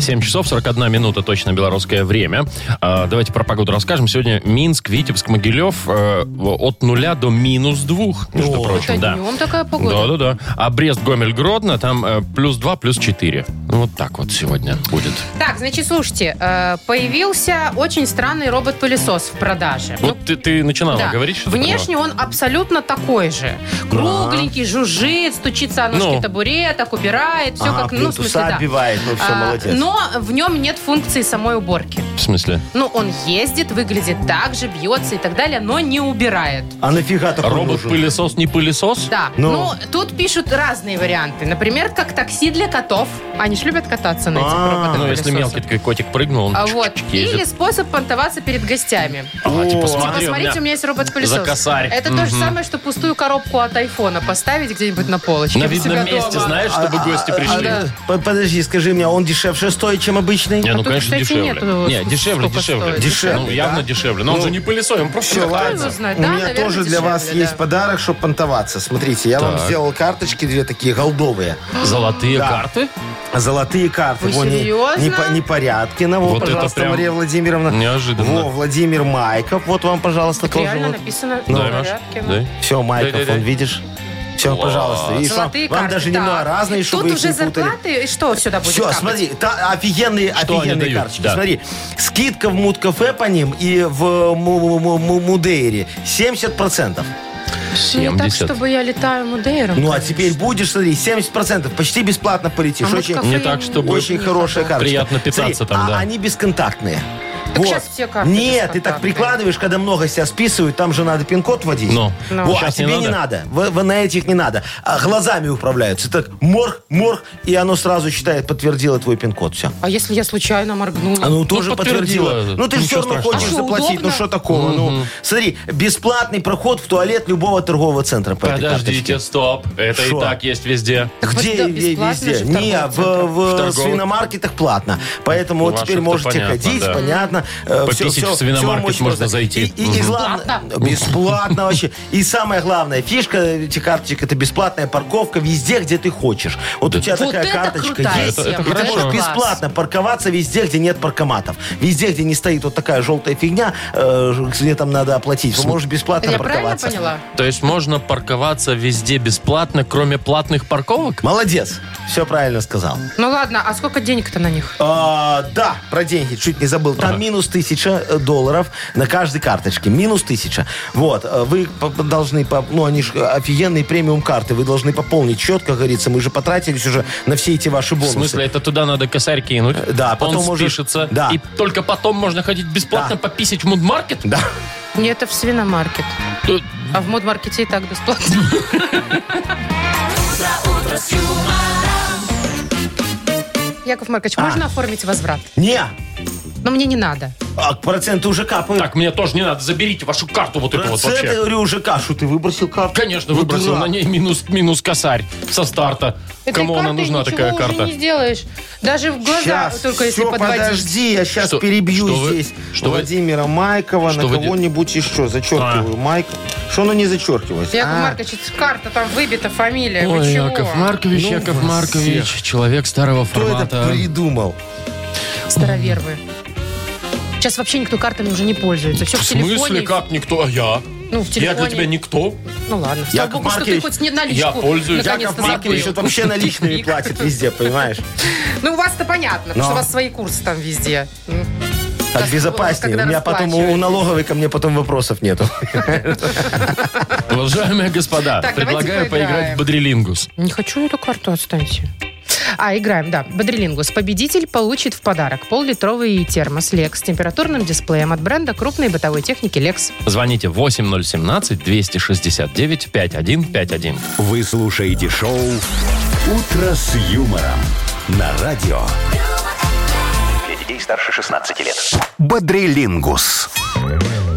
[SPEAKER 2] 7 часов 41 минута, точно белорусское время. А, давайте про погоду расскажем. Сегодня Минск, Витебск, Могилев э, от нуля до минус двух, между
[SPEAKER 4] О.
[SPEAKER 2] прочим.
[SPEAKER 3] Это
[SPEAKER 2] да.
[SPEAKER 3] днем такая погода.
[SPEAKER 2] Да-да-да. А Брест, Гомель, Гродно, там э, плюс 2, плюс 4. Ну, вот так вот сегодня будет.
[SPEAKER 3] Так, значит, слушайте, э, появился очень странный робот-пылесос в продаже. Ну,
[SPEAKER 2] Вот ты, ты начинала
[SPEAKER 3] Да.
[SPEAKER 2] говорить, что
[SPEAKER 3] Внешне он абсолютно такой же. Кругленький, жужжит, стучится о ножки
[SPEAKER 2] Ну.
[SPEAKER 3] табуреток, убирает, все
[SPEAKER 4] Ага,
[SPEAKER 3] как... Ну, в смысле,
[SPEAKER 4] плинтуса
[SPEAKER 3] да.
[SPEAKER 4] оббивает, ну все,
[SPEAKER 3] А,
[SPEAKER 4] молодец.
[SPEAKER 3] Но в нем нет функции самой уборки.
[SPEAKER 2] такого. В смысле?
[SPEAKER 3] Ну, он ездит, выглядит так же, бьется и так далее, но не убирает.
[SPEAKER 4] А нафига такой нужен?
[SPEAKER 2] Робот-пылесос не пылесос?
[SPEAKER 3] Да.
[SPEAKER 4] Ну.
[SPEAKER 3] Ну, тут пишут разные варианты. Например, как такси для котов. Они ж любят кататься на этих
[SPEAKER 4] А,
[SPEAKER 3] роботах.
[SPEAKER 2] Ну, если мелкий такой котик прыгнул, он
[SPEAKER 3] А вот.
[SPEAKER 2] чик-чик
[SPEAKER 3] Или
[SPEAKER 2] ездит.
[SPEAKER 3] способ понтоваться перед гостями.
[SPEAKER 2] А, типа, смотри, у
[SPEAKER 3] Посмотрите, у
[SPEAKER 2] меня-
[SPEAKER 3] меня есть робот-пылесос.
[SPEAKER 2] За косарь.
[SPEAKER 3] Это то же самое, что пустую коробку от айфона поставить где-нибудь на полочке.
[SPEAKER 2] на
[SPEAKER 3] у себя
[SPEAKER 2] видном месте,
[SPEAKER 3] дома.
[SPEAKER 2] знаешь, чтобы гости пришли.
[SPEAKER 3] А, да. А
[SPEAKER 4] По- Подожди, скажи мне, он дешевше стоит, чем обычный?
[SPEAKER 2] Не, ну,
[SPEAKER 3] тут,
[SPEAKER 2] конечно,
[SPEAKER 3] кстати,
[SPEAKER 2] дешевле.
[SPEAKER 3] нету
[SPEAKER 2] не, дешевле,
[SPEAKER 3] сколько
[SPEAKER 2] дешевле.
[SPEAKER 3] стоит.
[SPEAKER 4] Дешевле,
[SPEAKER 2] Ну, явно
[SPEAKER 4] да?
[SPEAKER 2] дешевле. Но он
[SPEAKER 4] Ну,
[SPEAKER 2] же не пылесой, он просто
[SPEAKER 4] Всё,
[SPEAKER 2] катается.
[SPEAKER 3] его знает?
[SPEAKER 4] У
[SPEAKER 3] Да,
[SPEAKER 4] меня
[SPEAKER 3] наверное,
[SPEAKER 4] тоже для
[SPEAKER 3] дешевле,
[SPEAKER 4] вас
[SPEAKER 3] да.
[SPEAKER 4] есть подарок, чтобы понтоваться. Смотрите, я вам
[SPEAKER 2] Так.
[SPEAKER 4] сделал карточки две такие голдовые.
[SPEAKER 2] Золотые
[SPEAKER 4] Да.
[SPEAKER 2] карты?
[SPEAKER 4] Золотые карты.
[SPEAKER 3] Вы
[SPEAKER 4] Во, не-
[SPEAKER 3] серьезно?
[SPEAKER 4] не по- Непорядкина. Во,
[SPEAKER 2] Вот это
[SPEAKER 4] пожалуйста,
[SPEAKER 2] прям
[SPEAKER 4] Мария Владимировна.
[SPEAKER 2] неожиданно.
[SPEAKER 4] Во, Владимир Майков. Вот вам, пожалуйста,
[SPEAKER 3] Тут
[SPEAKER 4] тоже.
[SPEAKER 3] реально
[SPEAKER 4] Вот.
[SPEAKER 3] написано
[SPEAKER 4] Ну,
[SPEAKER 3] на
[SPEAKER 2] Да, Маш?
[SPEAKER 3] порядке, ну.
[SPEAKER 2] Да.
[SPEAKER 4] Все, Майков,
[SPEAKER 2] Да-да-да.
[SPEAKER 4] он, видишь? Все, пожалуйста. Видишь, вам,
[SPEAKER 3] Золотые
[SPEAKER 4] вам
[SPEAKER 3] карты,
[SPEAKER 4] даже
[SPEAKER 3] да.
[SPEAKER 4] немного разные, чтобы
[SPEAKER 3] Тут
[SPEAKER 4] их
[SPEAKER 3] уже
[SPEAKER 4] не путали.
[SPEAKER 3] зарплаты, и что сюда будет
[SPEAKER 4] Все,
[SPEAKER 3] капать?
[SPEAKER 4] смотри, та, офигенные,
[SPEAKER 2] Что они
[SPEAKER 4] офигенные
[SPEAKER 2] дают?
[SPEAKER 4] карточки.
[SPEAKER 2] Да.
[SPEAKER 4] Смотри, скидка в Муд-кафе по ним и в Му- Му- Му- Мудейре 70%.
[SPEAKER 3] Ну, не так,
[SPEAKER 2] 70.
[SPEAKER 3] чтобы я летаю мудейром.
[SPEAKER 4] Ну, а теперь будешь, смотри, 70%, почти бесплатно полетишь.
[SPEAKER 3] А
[SPEAKER 4] очень
[SPEAKER 3] Муд-кафе
[SPEAKER 2] Не так, чтобы...
[SPEAKER 4] очень хорошая карточка.
[SPEAKER 2] Приятно питаться
[SPEAKER 4] Смотри,
[SPEAKER 2] там,
[SPEAKER 4] а
[SPEAKER 2] да.
[SPEAKER 4] они бесконтактные.
[SPEAKER 3] Так щас все карты
[SPEAKER 4] Нет, ты так
[SPEAKER 3] бесконтактные.
[SPEAKER 4] прикладываешь, когда много себя списывают, там же надо пин-код вводить.
[SPEAKER 2] Ну. Ну.
[SPEAKER 4] Во, а
[SPEAKER 2] Сейчас не
[SPEAKER 4] тебе не надо. В- в- на этих не надо. А глазами управляются. Так морг, морг, и оно сразу считает, подтвердило твой пин-код. Все.
[SPEAKER 3] А если я случайно моргнула?
[SPEAKER 4] Оно тоже
[SPEAKER 2] Ну, подтвердило.
[SPEAKER 4] подтвердило. Ну ты же все
[SPEAKER 2] Ничего страшного.
[SPEAKER 4] равно хочешь
[SPEAKER 3] А что,
[SPEAKER 4] заплатить.
[SPEAKER 3] удобно?
[SPEAKER 4] Ну что такого? Ну, смотри, бесплатный проход в туалет любого торгового центра. по этой
[SPEAKER 2] Подождите,
[SPEAKER 4] карточке.
[SPEAKER 2] стоп. Это и
[SPEAKER 4] Шо?
[SPEAKER 2] так есть везде.
[SPEAKER 3] Так вот,
[SPEAKER 4] Где
[SPEAKER 3] Ну, да,
[SPEAKER 4] и- и
[SPEAKER 3] бесплатно
[SPEAKER 4] везде?
[SPEAKER 3] же в
[SPEAKER 4] Не,
[SPEAKER 3] торговых
[SPEAKER 4] в,
[SPEAKER 3] центрах.
[SPEAKER 4] в
[SPEAKER 2] В торговых.
[SPEAKER 4] свиномаркетах платно. Поэтому
[SPEAKER 2] Ну,
[SPEAKER 4] вот теперь
[SPEAKER 2] ваших-то
[SPEAKER 4] можете
[SPEAKER 2] понятно,
[SPEAKER 4] ходить,
[SPEAKER 2] да.
[SPEAKER 4] понятно. Э,
[SPEAKER 2] По тысяче в свиномаркет можно зайти.
[SPEAKER 4] И, и- и
[SPEAKER 2] Мгм.
[SPEAKER 4] главное-
[SPEAKER 3] Бесплатно?
[SPEAKER 4] бесплатно вообще. И самая главная фишка этих карточек это бесплатная парковка везде, где ты хочешь. Вот у тебя
[SPEAKER 3] Вот
[SPEAKER 4] такая
[SPEAKER 3] это
[SPEAKER 4] карточка
[SPEAKER 3] крутая
[SPEAKER 4] есть.
[SPEAKER 2] тема.
[SPEAKER 4] и ты
[SPEAKER 2] Это
[SPEAKER 4] можешь
[SPEAKER 2] класс.
[SPEAKER 4] бесплатно парковаться везде, где нет паркоматов. Везде, где не стоит вот такая желтая фигня, э, где там надо оплатить. Ты можешь бесплатно
[SPEAKER 3] Я правильно
[SPEAKER 4] парковаться.
[SPEAKER 3] поняла?
[SPEAKER 2] То есть можно парковаться везде бесплатно, кроме платных парковок?
[SPEAKER 4] Молодец. Все правильно сказал.
[SPEAKER 3] Ну ладно, а сколько денег-то на них?
[SPEAKER 4] А, да, про деньги чуть не забыл. Там минус тысяча э, долларов на каждой карточке. Минус тысяча. Вот, э, вы по- по- должны, по- ну они же офигенные премиум карты, вы должны пополнить счет, как говорится. Мы же потратились уже на все эти ваши
[SPEAKER 2] В
[SPEAKER 4] бонусы.
[SPEAKER 2] смысле, это туда надо косарь кинуть,
[SPEAKER 4] Да, а потом
[SPEAKER 2] он
[SPEAKER 4] можешь-
[SPEAKER 2] спишется,
[SPEAKER 4] да.
[SPEAKER 2] и только потом можно ходить бесплатно
[SPEAKER 4] Да.
[SPEAKER 2] пописить в мудмаркет?
[SPEAKER 4] Да.
[SPEAKER 3] Не, это в свиномаркет. А в модмаркете и так бесплатно.
[SPEAKER 4] А.
[SPEAKER 3] Яков Маркович, можно оформить возврат?
[SPEAKER 4] Не,
[SPEAKER 3] Но мне не надо.
[SPEAKER 4] А проценты уже капают.
[SPEAKER 2] Так, мне тоже не надо. Заберите вашу карту вот эту вот
[SPEAKER 4] Проценты,
[SPEAKER 2] вообще.
[SPEAKER 4] говорю, уже кашу. Ты выбросил карту?
[SPEAKER 2] Конечно,
[SPEAKER 4] Ну,
[SPEAKER 2] выбросил
[SPEAKER 4] дурак.
[SPEAKER 2] на ней минус, минус косарь со старта.
[SPEAKER 3] Этой
[SPEAKER 2] Кому она
[SPEAKER 3] картой
[SPEAKER 2] нужна,
[SPEAKER 3] ничего
[SPEAKER 2] такая
[SPEAKER 3] уже
[SPEAKER 2] карта?
[SPEAKER 3] не сделаешь. Даже в глаза
[SPEAKER 4] Щас,
[SPEAKER 3] только если
[SPEAKER 4] Ну всё,
[SPEAKER 3] подводишь.
[SPEAKER 4] подожди, я сейчас
[SPEAKER 2] Что-
[SPEAKER 4] перебью
[SPEAKER 2] что вы-
[SPEAKER 4] здесь
[SPEAKER 2] что вы-
[SPEAKER 4] Владимира Майкова
[SPEAKER 2] что
[SPEAKER 4] на
[SPEAKER 2] вы де- А.
[SPEAKER 4] кого-нибудь еще. Зачеркиваю Майк. Что оно не зачеркивалось?
[SPEAKER 3] Яков
[SPEAKER 4] А,
[SPEAKER 3] Маркович, это карта, там выбита фамилия. Вы
[SPEAKER 2] Ой,
[SPEAKER 3] чего?
[SPEAKER 2] Яков Маркович,
[SPEAKER 4] Ну,
[SPEAKER 2] Яков
[SPEAKER 4] вас
[SPEAKER 2] Маркович, человек старого
[SPEAKER 4] кто это
[SPEAKER 2] формата.
[SPEAKER 4] придумал?
[SPEAKER 3] Старовервы. Сейчас вообще никто картами уже не пользуется. Все в,
[SPEAKER 2] В
[SPEAKER 3] телефоне.
[SPEAKER 2] смысле, как никто? А я?
[SPEAKER 3] Ну, в
[SPEAKER 2] Я для
[SPEAKER 3] телефоне.
[SPEAKER 2] тебя никто?
[SPEAKER 3] Ну ладно. Слава
[SPEAKER 4] Яков
[SPEAKER 3] богу,
[SPEAKER 4] Маркович,
[SPEAKER 3] что ты хоть не наличку
[SPEAKER 2] я пользуюсь.
[SPEAKER 3] наконец-то
[SPEAKER 4] Яков Маркович
[SPEAKER 3] закрыл.
[SPEAKER 4] вот вообще наличными платит везде, понимаешь?
[SPEAKER 3] Ну, у вас-то понятно, потому
[SPEAKER 4] Но.
[SPEAKER 3] что у вас свои курсы там везде. М.
[SPEAKER 4] Так безопаснее.
[SPEAKER 3] когда
[SPEAKER 4] У меня потом у у налоговой ко мне потом вопросов нету.
[SPEAKER 2] Уважаемые господа,
[SPEAKER 3] Так, давайте
[SPEAKER 2] предлагаю поиграть
[SPEAKER 3] поиграем.
[SPEAKER 2] в бодрелингус.
[SPEAKER 3] Не хочу эту карту, отстаньте. А, играем, да. Бодрилингус. Победитель получит в подарок пол-литровый термос Lex с температурным дисплеем от бренда крупной бытовой техники Lex.
[SPEAKER 2] Звоните 8017-269-5151.
[SPEAKER 1] Вы слушаете шоу «Утро с юмором» на радио
[SPEAKER 5] Для детей старше 16 лет.
[SPEAKER 1] «Бодрилингус».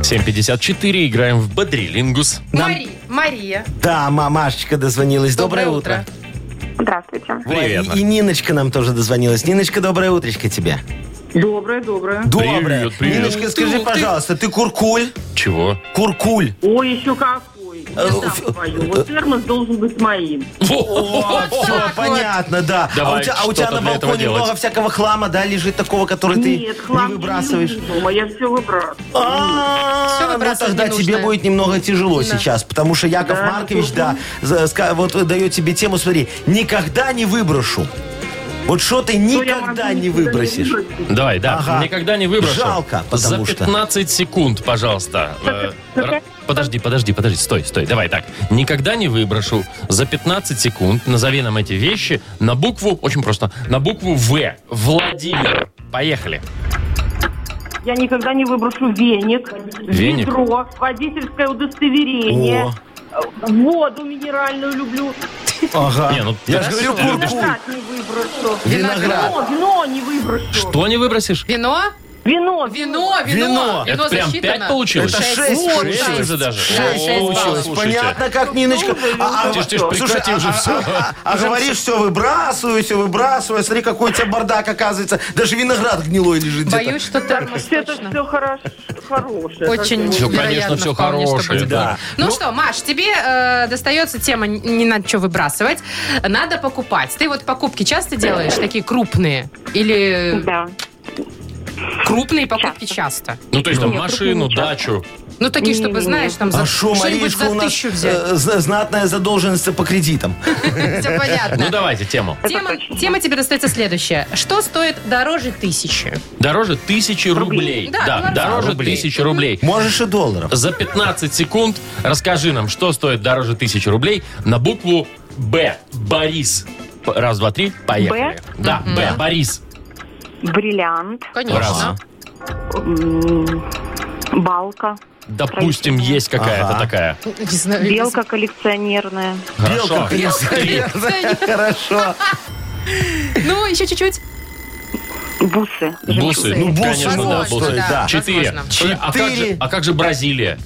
[SPEAKER 2] 7.54, играем в бодрелингус.
[SPEAKER 3] Мари- Мария.
[SPEAKER 4] Да, мамашечка дозвонилась. Доброе, утро.
[SPEAKER 7] Здравствуйте.
[SPEAKER 4] Ой,
[SPEAKER 2] Привет.
[SPEAKER 4] И, и Ниночка нам тоже дозвонилась. Ниночка, доброе утречко тебе.
[SPEAKER 8] Доброе, доброе.
[SPEAKER 4] Доброе.
[SPEAKER 2] Привет, привет.
[SPEAKER 4] Ниночка, скажи,
[SPEAKER 2] Ты-
[SPEAKER 4] пожалуйста, ты куркуль?
[SPEAKER 2] Чего?
[SPEAKER 4] Куркуль.
[SPEAKER 8] Ой, еще какой. Я
[SPEAKER 4] Э,
[SPEAKER 8] сам
[SPEAKER 4] ф-
[SPEAKER 8] свою. Вот термос должен быть моим.
[SPEAKER 4] О, всё, понятно, да.
[SPEAKER 2] Давай,
[SPEAKER 4] а у тебя, а у
[SPEAKER 2] что
[SPEAKER 4] тебя
[SPEAKER 2] там
[SPEAKER 4] на
[SPEAKER 2] для этого
[SPEAKER 4] балконе
[SPEAKER 2] делать?
[SPEAKER 4] много всякого хлама, да, лежит такого, который ты
[SPEAKER 8] Нет,
[SPEAKER 4] не
[SPEAKER 8] хлам я
[SPEAKER 4] выбрасываешь.
[SPEAKER 8] люблю дома, я все выбрасываю.
[SPEAKER 3] Всё
[SPEAKER 4] А, Ну
[SPEAKER 3] выбрасывать
[SPEAKER 4] тогда
[SPEAKER 3] ненужное.
[SPEAKER 4] тебе будет немного тяжело сейчас, потому что Яков
[SPEAKER 8] Да,
[SPEAKER 4] Маркович,
[SPEAKER 8] ну,
[SPEAKER 4] да, за- ска- вот дает тебе тему, смотри, никогда не выброшу. Вот что ты
[SPEAKER 3] Ну,
[SPEAKER 8] Что я могу
[SPEAKER 4] никогда не
[SPEAKER 8] никуда
[SPEAKER 4] выбросишь.
[SPEAKER 8] выбросить?
[SPEAKER 2] Давай, да.
[SPEAKER 4] Ага.
[SPEAKER 2] Никогда не выброшу.
[SPEAKER 4] Жалко, потому
[SPEAKER 2] За
[SPEAKER 4] что.
[SPEAKER 2] 15 секунд, пожалуйста. Э, р- Подожди, подожди, подожди. Стой, стой. Давай так. Никогда не выброшу. За 15 секунд назови нам эти вещи на букву, очень просто, на букву В. Владимир. Поехали.
[SPEAKER 8] Я никогда не выброшу веник,
[SPEAKER 2] Веник?
[SPEAKER 8] ведро, водительское удостоверение, э, воду минеральную люблю,
[SPEAKER 4] Ага.
[SPEAKER 2] Не, ну,
[SPEAKER 4] Я
[SPEAKER 2] ты
[SPEAKER 4] же говорю,
[SPEAKER 2] любишь.
[SPEAKER 4] курку.
[SPEAKER 8] виноград не выброшу,
[SPEAKER 4] Виноград.
[SPEAKER 8] вино, вино не выброшу,
[SPEAKER 2] Что не выбросишь?
[SPEAKER 3] Вино?
[SPEAKER 8] вино,
[SPEAKER 3] Вино, вино.
[SPEAKER 4] Вино.
[SPEAKER 2] Это прям
[SPEAKER 3] засчитано.
[SPEAKER 2] 5 получилось?
[SPEAKER 4] Это шесть.
[SPEAKER 3] Вот,
[SPEAKER 4] шесть.
[SPEAKER 2] Шесть уже даже.
[SPEAKER 3] Шесть,
[SPEAKER 2] О,
[SPEAKER 3] шесть
[SPEAKER 4] получилось.
[SPEAKER 2] слушайте.
[SPEAKER 4] Понятно,
[SPEAKER 3] Ну,
[SPEAKER 4] как Ниночка. А, а,
[SPEAKER 2] Тише, тише,
[SPEAKER 4] слушай,
[SPEAKER 2] прекрати
[SPEAKER 4] а-
[SPEAKER 2] уже
[SPEAKER 4] а-
[SPEAKER 2] всё.
[SPEAKER 4] а- А говоришь, все выбрасываю, все выбрасываю. Смотри, какой у тебя бардак оказывается. Даже виноград гнилой лежит где-то.
[SPEAKER 3] Боюсь, что термос
[SPEAKER 8] это
[SPEAKER 3] точно.
[SPEAKER 8] все хорошо, хорошее.
[SPEAKER 3] Очень
[SPEAKER 2] Всё, конечно,
[SPEAKER 3] вероятно
[SPEAKER 2] всё
[SPEAKER 3] вполне, что
[SPEAKER 2] хорошее,
[SPEAKER 3] будет.
[SPEAKER 4] да.
[SPEAKER 3] Ну, что, Маш, тебе э, достается тема «Не- «Не надо что выбрасывать». Надо покупать. Ты вот покупки часто делаешь, такие крупные? Или
[SPEAKER 7] Да.
[SPEAKER 3] крупные покупки часто?
[SPEAKER 2] Ну, то есть там
[SPEAKER 7] Нет,
[SPEAKER 2] машину,
[SPEAKER 7] крупнее,
[SPEAKER 2] дачу.
[SPEAKER 3] Ну, такие, чтобы,
[SPEAKER 7] Не-не-не.
[SPEAKER 3] знаешь, там за,
[SPEAKER 4] А шо,
[SPEAKER 3] что-нибудь
[SPEAKER 4] Маришка,
[SPEAKER 3] за
[SPEAKER 4] у нас
[SPEAKER 3] тысячу взять.
[SPEAKER 4] э, зна- знатная задолженность по кредитам. э,
[SPEAKER 3] Все
[SPEAKER 2] Ну,
[SPEAKER 3] понятно.
[SPEAKER 2] давайте тему.
[SPEAKER 3] Тема,
[SPEAKER 7] Это точно.
[SPEAKER 3] тема тебе достается следующая. Что стоит дороже тысячи?
[SPEAKER 2] Дороже тысячи рублей.
[SPEAKER 3] Да,
[SPEAKER 2] Да,
[SPEAKER 3] белорусских
[SPEAKER 2] дороже
[SPEAKER 3] рублей.
[SPEAKER 2] тысячи рублей.
[SPEAKER 4] Можешь и долларов.
[SPEAKER 2] За 15 секунд расскажи нам, что стоит дороже тысячи рублей на букву Б. Борис. П- Раз, два, три, поехали.
[SPEAKER 7] «Б»?
[SPEAKER 2] Да, Б. Борис.
[SPEAKER 7] Бриллиант,
[SPEAKER 2] Раз.
[SPEAKER 3] Конечно.
[SPEAKER 7] м, балка,
[SPEAKER 2] Допустим, есть какая-то
[SPEAKER 4] Ага.
[SPEAKER 2] такая.
[SPEAKER 3] Ну, Не знаю.
[SPEAKER 7] белка коллекционерная.
[SPEAKER 2] Хорошо.
[SPEAKER 4] Белка, коллекционерная. Хорошо.
[SPEAKER 3] Ну, еще чуть-чуть.
[SPEAKER 7] Бусы.
[SPEAKER 2] Бусы.
[SPEAKER 4] Ну, бусы
[SPEAKER 2] Конечно, да,
[SPEAKER 4] можно
[SPEAKER 2] бусы.
[SPEAKER 4] стоит, да.
[SPEAKER 2] Четыре.
[SPEAKER 3] возможно.
[SPEAKER 2] Слушай, А как, же,
[SPEAKER 4] Четыре.
[SPEAKER 2] а как же Бразилия?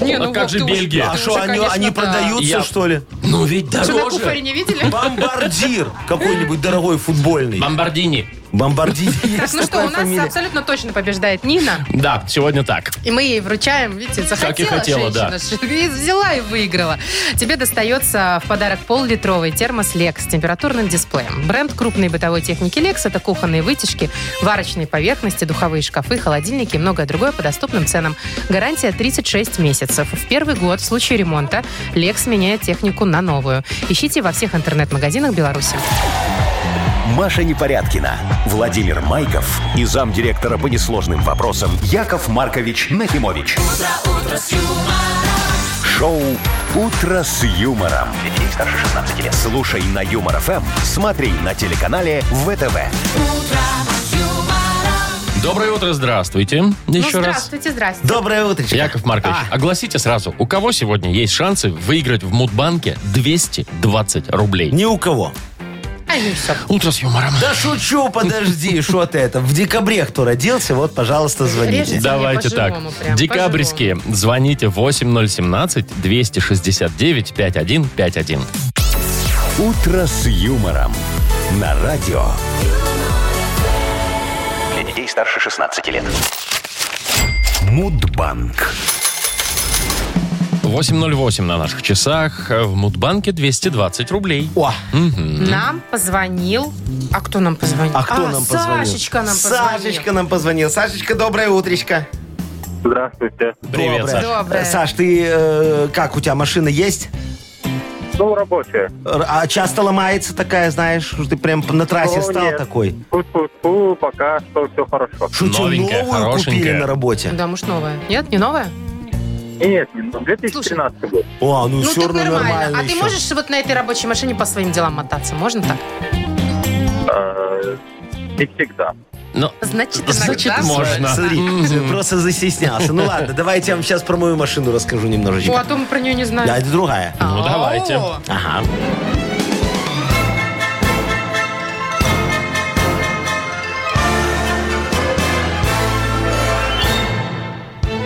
[SPEAKER 3] Не,
[SPEAKER 2] А
[SPEAKER 3] ну,
[SPEAKER 2] как
[SPEAKER 3] Вов,
[SPEAKER 2] же
[SPEAKER 3] ты уж-
[SPEAKER 2] Бельгия?
[SPEAKER 3] ты
[SPEAKER 4] А
[SPEAKER 3] уже,
[SPEAKER 4] что, они,
[SPEAKER 3] конечно,
[SPEAKER 4] они
[SPEAKER 3] да.
[SPEAKER 4] продаются,
[SPEAKER 2] Я-
[SPEAKER 4] что ли?
[SPEAKER 2] Ну ведь
[SPEAKER 3] Что, на кухаре
[SPEAKER 2] дороже.
[SPEAKER 3] не видели?
[SPEAKER 4] Бомбардир какой-нибудь дорогой футбольный.
[SPEAKER 2] Бомбардини.
[SPEAKER 4] Бомбардир.
[SPEAKER 3] Так,
[SPEAKER 4] есть
[SPEAKER 3] ну что,
[SPEAKER 4] такая
[SPEAKER 3] у нас
[SPEAKER 4] фамилия.
[SPEAKER 3] абсолютно точно побеждает Нина.
[SPEAKER 2] Да, сегодня так.
[SPEAKER 3] И мы ей вручаем, видите, захотела,
[SPEAKER 2] и хотела,
[SPEAKER 3] женщина,
[SPEAKER 2] да.
[SPEAKER 3] ш- и взяла и выиграла. Тебе достается в подарок пол-литровый термос Lex с температурным дисплеем. Бренд крупной бытовой техники Lex – это кухонные вытяжки, варочные поверхности, духовые шкафы, холодильники и многое другое по доступным ценам. Гарантия 36 месяцев. В первый год в случае ремонта Lex меняет технику на новую. Ищите во всех интернет-магазинах Беларуси.
[SPEAKER 1] Маша Непорядкина, Владимир Майков и замдиректора по несложным вопросам Яков Маркович Нахимович. Шоу Утро с юмором. Для детей старше 16 лет. Слушай на юмор ФМ, смотри на телеканале ВТВ.
[SPEAKER 2] Доброе утро, здравствуйте. А. Еще раз.
[SPEAKER 3] ну, здравствуйте, здравствуйте.
[SPEAKER 4] Доброе утро.
[SPEAKER 2] Яков Маркович, огласите сразу, у кого сегодня есть шансы выиграть в Мудбанке 220 рублей?
[SPEAKER 4] Ни у кого.
[SPEAKER 3] А знаю, и все.
[SPEAKER 2] Утро с юмором.
[SPEAKER 4] Да шучу, подожди, что ты это? В декабре кто родился, вот, пожалуйста, звоните.
[SPEAKER 3] Режете?
[SPEAKER 2] Давайте так.
[SPEAKER 3] по-живому прям,
[SPEAKER 2] Декабрьские. Звоните 8017-269-5151.
[SPEAKER 1] «Утро с юмором» на радио.
[SPEAKER 5] Для детей старше 16 лет.
[SPEAKER 1] Мудбанк.
[SPEAKER 2] 8.08 на наших часах. В Мудбанке 220 рублей.
[SPEAKER 4] О,
[SPEAKER 3] Нам позвонил... А кто нам позвонил?
[SPEAKER 4] а кто
[SPEAKER 3] А,
[SPEAKER 4] нам позвонил?
[SPEAKER 3] Сашечка нам позвонил.
[SPEAKER 4] Сашечка нам позвонил. Сашечка, доброе утречко.
[SPEAKER 6] Здравствуйте.
[SPEAKER 2] Привет,
[SPEAKER 4] Доброе.
[SPEAKER 2] Саш.
[SPEAKER 3] Доброе.
[SPEAKER 4] Э, Саш, ты э, как, у тебя машина есть?
[SPEAKER 6] Ну, рабочая.
[SPEAKER 4] Р- А часто ломается такая, знаешь, что ты прям на трассе
[SPEAKER 6] О,
[SPEAKER 4] стал
[SPEAKER 6] нет.
[SPEAKER 4] такой.
[SPEAKER 6] Пу-пу-пу, пока что все хорошо.
[SPEAKER 4] Шучу,
[SPEAKER 2] Новенькая,
[SPEAKER 4] новую купили
[SPEAKER 2] хорошенькая.
[SPEAKER 4] на работе.
[SPEAKER 3] Да, может, новая. Нет, не новая?
[SPEAKER 6] Нет, не- 2013 год.
[SPEAKER 4] О, ну,
[SPEAKER 3] Ну,
[SPEAKER 4] все
[SPEAKER 3] так
[SPEAKER 4] равно
[SPEAKER 3] нормально.
[SPEAKER 4] нормально
[SPEAKER 3] А ты
[SPEAKER 4] еще.
[SPEAKER 3] можешь вот на этой рабочей машине по своим делам мотаться? Можно так?
[SPEAKER 6] Э, Не всегда.
[SPEAKER 2] Ну,
[SPEAKER 3] Значит, иногда...
[SPEAKER 2] Значит, можно.
[SPEAKER 4] Смотри,
[SPEAKER 2] Мгм.
[SPEAKER 4] просто застеснялся. Ну ладно, давайте я вам сейчас про мою машину расскажу
[SPEAKER 3] О, а
[SPEAKER 4] немножечко.
[SPEAKER 3] то мы про нее не знаем.
[SPEAKER 4] Да, это другая.
[SPEAKER 2] Ну,
[SPEAKER 3] О.
[SPEAKER 2] давайте.
[SPEAKER 4] Ага.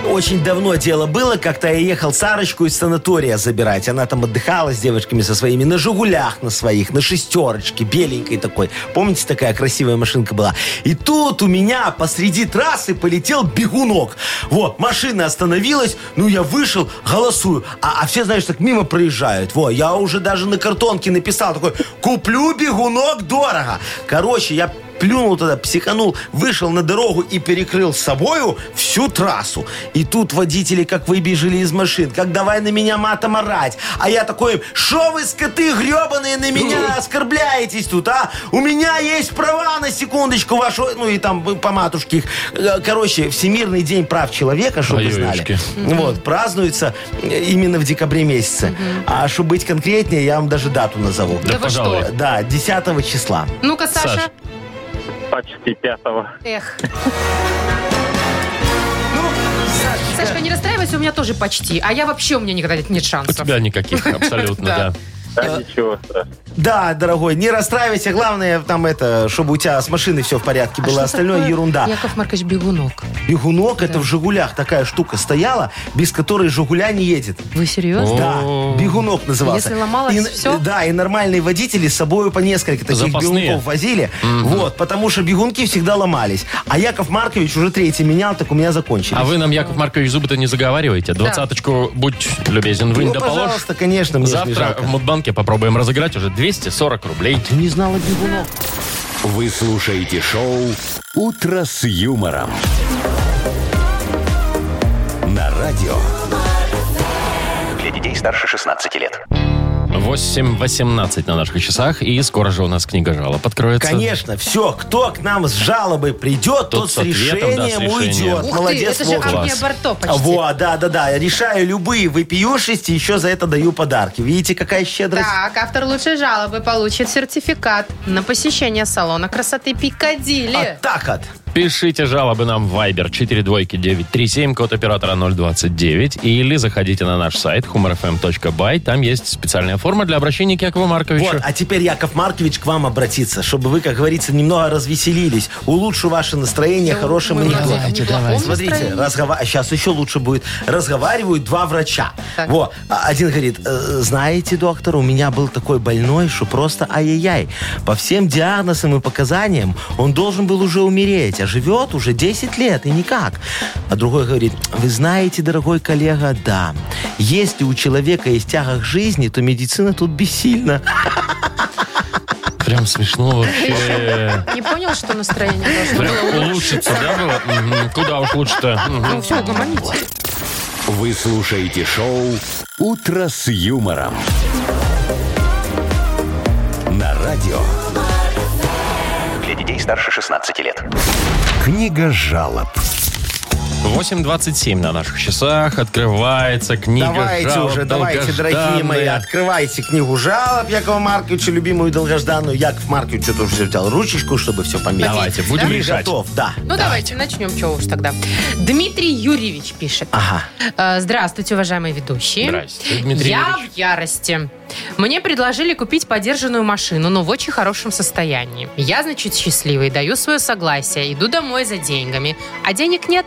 [SPEAKER 4] Очень давно дело было, как-то я ехал Сарочку из санатория забирать. Она там отдыхала с девочками со своими на «Жигулях» на своих, на «шестерочке», беленькой такой. Помните, такая красивая машинка была? И тут у меня посреди трассы полетел бегунок. Вот, машина остановилась, ну я вышел, голосую. А, а все, знаешь, так мимо проезжают. Во, я уже даже на картонке написал такой «Куплю бегунок дорого». Короче, я плюнул тогда, психанул, вышел на дорогу и перекрыл собою всю трассу. И тут водители как выбежали из машин, как давай на меня матом орать. А я такой, им, шо вы, скоты гребаные, на меня оскорбляетесь тут, а? У меня есть права на секундочку вашу, ну и там э, по матушке их. Э, Короче, Всемирный день прав человека, чтобы вы знали.
[SPEAKER 2] Ой-ой-ой.
[SPEAKER 4] Вот, празднуется э, именно в декабре месяце. А чтобы быть конкретнее, я вам даже дату назову.
[SPEAKER 3] Да вы
[SPEAKER 2] пожалуй.
[SPEAKER 3] что?
[SPEAKER 4] Да, 10 числа.
[SPEAKER 3] Ну-ка, Саша.
[SPEAKER 2] Саш.
[SPEAKER 6] Почти пятого.
[SPEAKER 3] Эх.
[SPEAKER 4] Ну, Сашечка,
[SPEAKER 3] Сашка, не расстраивайся, у меня тоже почти. А я вообще, у меня никогда нет- нет
[SPEAKER 2] У
[SPEAKER 3] шансов.
[SPEAKER 2] тебя никаких, абсолютно,
[SPEAKER 3] Да.
[SPEAKER 2] да.
[SPEAKER 6] Да, ничего страшного.
[SPEAKER 4] Да, дорогой, не расстраивайся. Главное, там это, чтобы у тебя с машиной все в
[SPEAKER 3] А
[SPEAKER 4] порядке было.
[SPEAKER 3] что
[SPEAKER 4] Остальное
[SPEAKER 3] такое,
[SPEAKER 4] ерунда.
[SPEAKER 3] Яков Маркович Бегунок.
[SPEAKER 4] Бегунок это в Жигулях такая штука стояла, без которой Жигуля не едет.
[SPEAKER 3] Вы серьезно?
[SPEAKER 4] Да,
[SPEAKER 2] О.
[SPEAKER 4] бегунок назывался.
[SPEAKER 3] Если ломалось,
[SPEAKER 4] И-
[SPEAKER 3] всё?
[SPEAKER 4] Да, и нормальные водители с собой по несколько таких
[SPEAKER 2] Запасные.
[SPEAKER 4] бегунков возили. Вот, потому что бегунки всегда ломались. А Яков Маркович уже третий менял, так у меня закончились.
[SPEAKER 2] А вы нам, Яков Маркович, зубы-то не заговариваете. Двадцаточку, будь любезен, вынь
[SPEAKER 4] ну,
[SPEAKER 2] да положь.
[SPEAKER 4] пожалуйста, конечно, мне ж не
[SPEAKER 2] Завтра
[SPEAKER 4] жалко.
[SPEAKER 2] в Мудбанке попробуем разыграть уже 240 рублей.
[SPEAKER 4] Ты не знала бегунок.
[SPEAKER 1] Вы слушаете шоу «Утро с юмором». На радио.
[SPEAKER 5] Для детей старше 16 лет.
[SPEAKER 2] 8.18 на наших часах, и скоро же у нас книга жалоб откроется.
[SPEAKER 4] Конечно, все, кто к нам с жалобой придет, тот,
[SPEAKER 2] Тот с
[SPEAKER 4] с
[SPEAKER 2] ответом, да, с
[SPEAKER 4] решением
[SPEAKER 2] решением.
[SPEAKER 4] уйдет.
[SPEAKER 3] Ух
[SPEAKER 4] Молодец,
[SPEAKER 3] ты, это же
[SPEAKER 4] Вовчик.
[SPEAKER 3] Агния
[SPEAKER 2] Класс.
[SPEAKER 3] Барто почти.
[SPEAKER 4] Во, да, да, да. Я решаю любые выпиюшести, еще за это даю подарки. Видите, какая щедрость?
[SPEAKER 3] Так, автор лучшей жалобы получит сертификат на посещение салона красоты
[SPEAKER 4] А
[SPEAKER 3] Пикадилли.
[SPEAKER 4] Атака.
[SPEAKER 2] Пишите жалобы нам в Viber 42937, код оператора 029, или заходите на наш сайт humorfm.by, там есть специальная форма для обращения к Якову Марковичу.
[SPEAKER 4] Вот, а теперь Яков Маркович к вам обратится, чтобы вы, как говорится, немного развеселились. Улучшу ваше настроение хорошим
[SPEAKER 3] Мы
[SPEAKER 4] анекдотом.
[SPEAKER 3] в неплохом
[SPEAKER 4] Смотрите,
[SPEAKER 3] настроении.
[SPEAKER 4] сейчас еще лучше будет. Разговаривают два врача.
[SPEAKER 3] Так.
[SPEAKER 4] Во, а- один говорит, «Э, знаете, доктор, у меня был такой больной, что просто ай-яй-яй. По всем диагнозам и показаниям он должен был уже умереть, а живет уже 10 лет и никак. А другой говорит, вы знаете, дорогой коллега, да, если у человека есть тяга к жизни, то медицина тут бессильна.
[SPEAKER 2] Прям смешно вообще.
[SPEAKER 3] Не понял, что настроение должно
[SPEAKER 2] Прям
[SPEAKER 3] было
[SPEAKER 2] улучшится, да, было? Мгм. Куда уж лучше-то? Мгм.
[SPEAKER 3] Ну все, угомоните.
[SPEAKER 1] Вы слушаете шоу «Утро с юмором». На радио.
[SPEAKER 5] Для детей старше 16 лет.
[SPEAKER 1] Книга жалоб.
[SPEAKER 2] 8.27 на наших часах. Открывается книга
[SPEAKER 4] Давайте
[SPEAKER 2] жалоб,
[SPEAKER 4] уже, давайте, дорогие
[SPEAKER 2] долгожданная.
[SPEAKER 4] мои, открывайте книгу жалоб Якова Марковича, любимую долгожданную. Яков Маркович что-то уже взял ручечку, чтобы все пометить.
[SPEAKER 2] Давайте, будем
[SPEAKER 4] Ты
[SPEAKER 2] решать.
[SPEAKER 4] готов, да.
[SPEAKER 3] Ну давайте начнем, чего уж тогда. Дмитрий Юрьевич пишет.
[SPEAKER 4] Ага.
[SPEAKER 3] Э, Здравствуйте, уважаемые ведущие.
[SPEAKER 2] Здрасте, Дмитрий
[SPEAKER 3] Я
[SPEAKER 2] Юрьевич.
[SPEAKER 3] в ярости. Мне предложили купить подержанную машину, но в очень хорошем состоянии. Я, значит, счастливый, даю свое согласие, иду домой за деньгами. А денег нет.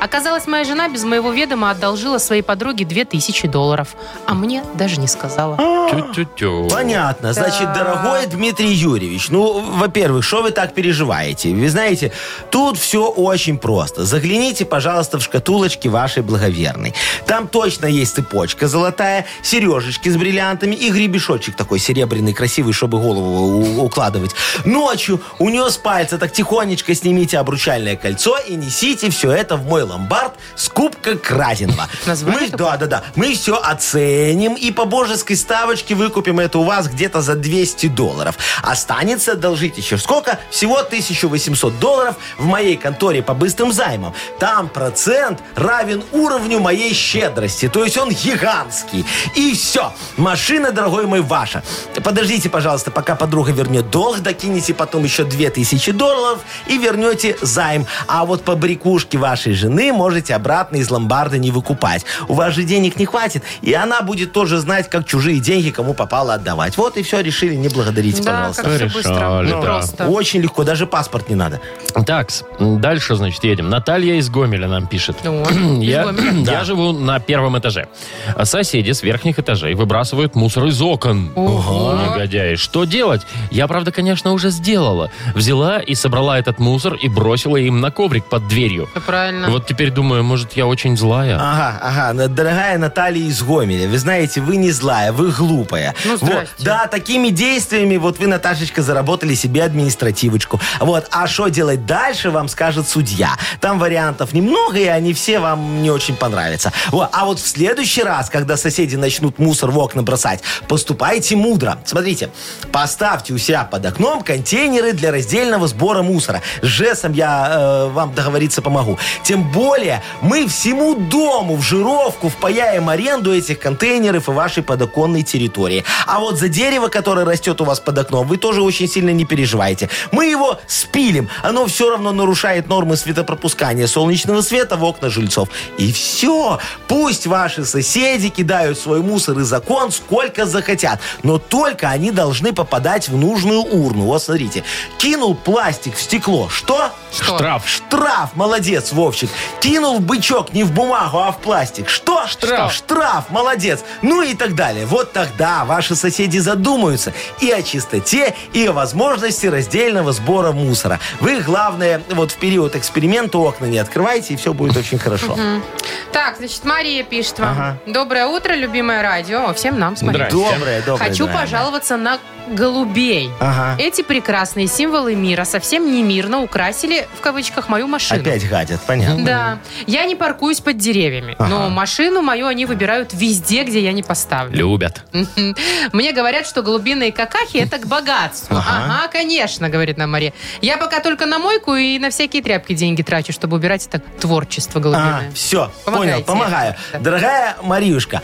[SPEAKER 3] Оказалось, моя жена без моего ведома одолжила своей подруге 2000 долларов. А мне даже не сказала.
[SPEAKER 2] Тю-тю-тю.
[SPEAKER 4] Понятно. Значит,
[SPEAKER 3] Так.
[SPEAKER 4] дорогой Дмитрий Юрьевич, ну, во-первых, что вы так переживаете? Вы знаете, тут все очень просто. Загляните, пожалуйста, в шкатулочки вашей благоверной. Там точно есть цепочка золотая, сережечки с бриллиантами и гребешочек такой серебряный, красивый, чтобы голову у- укладывать. Ночью у нее с пальца так тихонечко снимите обручальное кольцо и несите все это в мой ломбард с кубка краденого.
[SPEAKER 3] Название
[SPEAKER 4] Мы-
[SPEAKER 3] такое?
[SPEAKER 4] да, да, да. Мы все оценим и по божеской ставочке выкупим это у вас где-то за 200 долларов. Останется одолжить еще сколько? Всего 1800 долларов в моей конторе по быстрым займам. Там процент равен уровню моей щедрости. То есть он гигантский. И все. Машина, дорогой мой, ваша. Подождите, пожалуйста, пока подруга вернет долг, докинете потом еще 2000 долларов и вернете займ. А вот по брякушке вашей жены можете обратно из ломбарда не выкупать. У вас же денег не хватит, и она будет тоже знать, как чужие деньги кому попало отдавать. Вот и все, решили, не благодарите,
[SPEAKER 3] Да,
[SPEAKER 4] пожалуйста.
[SPEAKER 3] как все быстро.
[SPEAKER 2] Решали,
[SPEAKER 3] Ну,
[SPEAKER 2] да.
[SPEAKER 3] Просто.
[SPEAKER 4] Очень легко, даже паспорт не надо.
[SPEAKER 2] Так, дальше, значит, едем. Наталья из Гомеля нам пишет.
[SPEAKER 3] О,
[SPEAKER 2] Я,
[SPEAKER 3] Ну, из Гомеля.
[SPEAKER 2] я живу на первом этаже. А Соседи с верхних этажей выбрасывают мусор из окон.
[SPEAKER 3] Ого.
[SPEAKER 2] Негодяи. Что делать? Я, правда, конечно, уже сделала. Взяла и собрала этот мусор и бросила им на коврик под дверью.
[SPEAKER 3] Всё правильно.
[SPEAKER 2] Вот теперь думаю, может, я очень
[SPEAKER 3] А,
[SPEAKER 2] злая.
[SPEAKER 4] Ага, ага, На- дорогая Наталья из Гомеля, вы знаете, вы не злая, вы глупая.
[SPEAKER 3] Ну,
[SPEAKER 4] вот,
[SPEAKER 3] здрасте.
[SPEAKER 4] да, такими действиями вот вы, Наташечка, заработали себе административочку. Вот, а что делать дальше, вам скажет судья. Там вариантов немного, и они все вам не очень понравятся. Вот, а вот в следующий раз, когда соседи начнут мусор в окна бросать, поступайте мудро. Смотрите, поставьте у себя под окном контейнеры для раздельного сбора мусора. С ЖЭСом я э, вам договориться помогу. Тем более, мы всему дому в жировку впаяем аренду этих контейнеров и вашей подоконной территории. А вот за дерево, которое растет у вас под окном, вы тоже очень сильно не переживайте. Мы его спилим. Оно все равно нарушает нормы светопропускания солнечного света в окна жильцов. И все. Пусть ваши соседи кидают свой мусор и закон сколько захотят. Но только они должны попадать в нужную урну. Вот смотрите. Кинул пластик в стекло. Что?
[SPEAKER 3] Что?
[SPEAKER 2] Штраф.
[SPEAKER 4] А Штраф, молодец, Вовчик. Кинул бычок не в бумагу, а в пластик. Что?
[SPEAKER 2] Штраф.
[SPEAKER 4] Штраф, молодец. Ну и так далее. Вот тогда ваши соседи задумаются и о чистоте, и о возможности раздельного сбора мусора. Вы, главное, вот в период эксперимента окна не открывайте, и все будет очень хорошо.
[SPEAKER 3] Так, значит, Мария пишет вам.
[SPEAKER 4] Ага.
[SPEAKER 3] Доброе утро, любимое радио. О, Всем нам, смотрите.
[SPEAKER 2] Здрасте.
[SPEAKER 4] Доброе, доброе.
[SPEAKER 3] Хочу
[SPEAKER 4] дорогая.
[SPEAKER 3] пожаловаться на голубей.
[SPEAKER 4] Ага.
[SPEAKER 3] Эти прекрасные символы мира совсем не мирно украсили, в кавычках, мою машину.
[SPEAKER 4] Опять гадят, понятно.
[SPEAKER 3] Да. Я не паркуюсь под деревьями, но машину мою они выбирают везде, где я не поставлю.
[SPEAKER 2] Любят.
[SPEAKER 3] Мне говорят, что голубиные какахи это к богатству. Ага, конечно, говорит нам Мария. Я пока только на мойку и на всякие тряпки деньги трачу, чтобы убирать это творчество голубиное.
[SPEAKER 4] все,
[SPEAKER 3] Помогаете.
[SPEAKER 4] А, понял, помогаю.
[SPEAKER 3] Да.
[SPEAKER 4] Дорогая Мариюшка,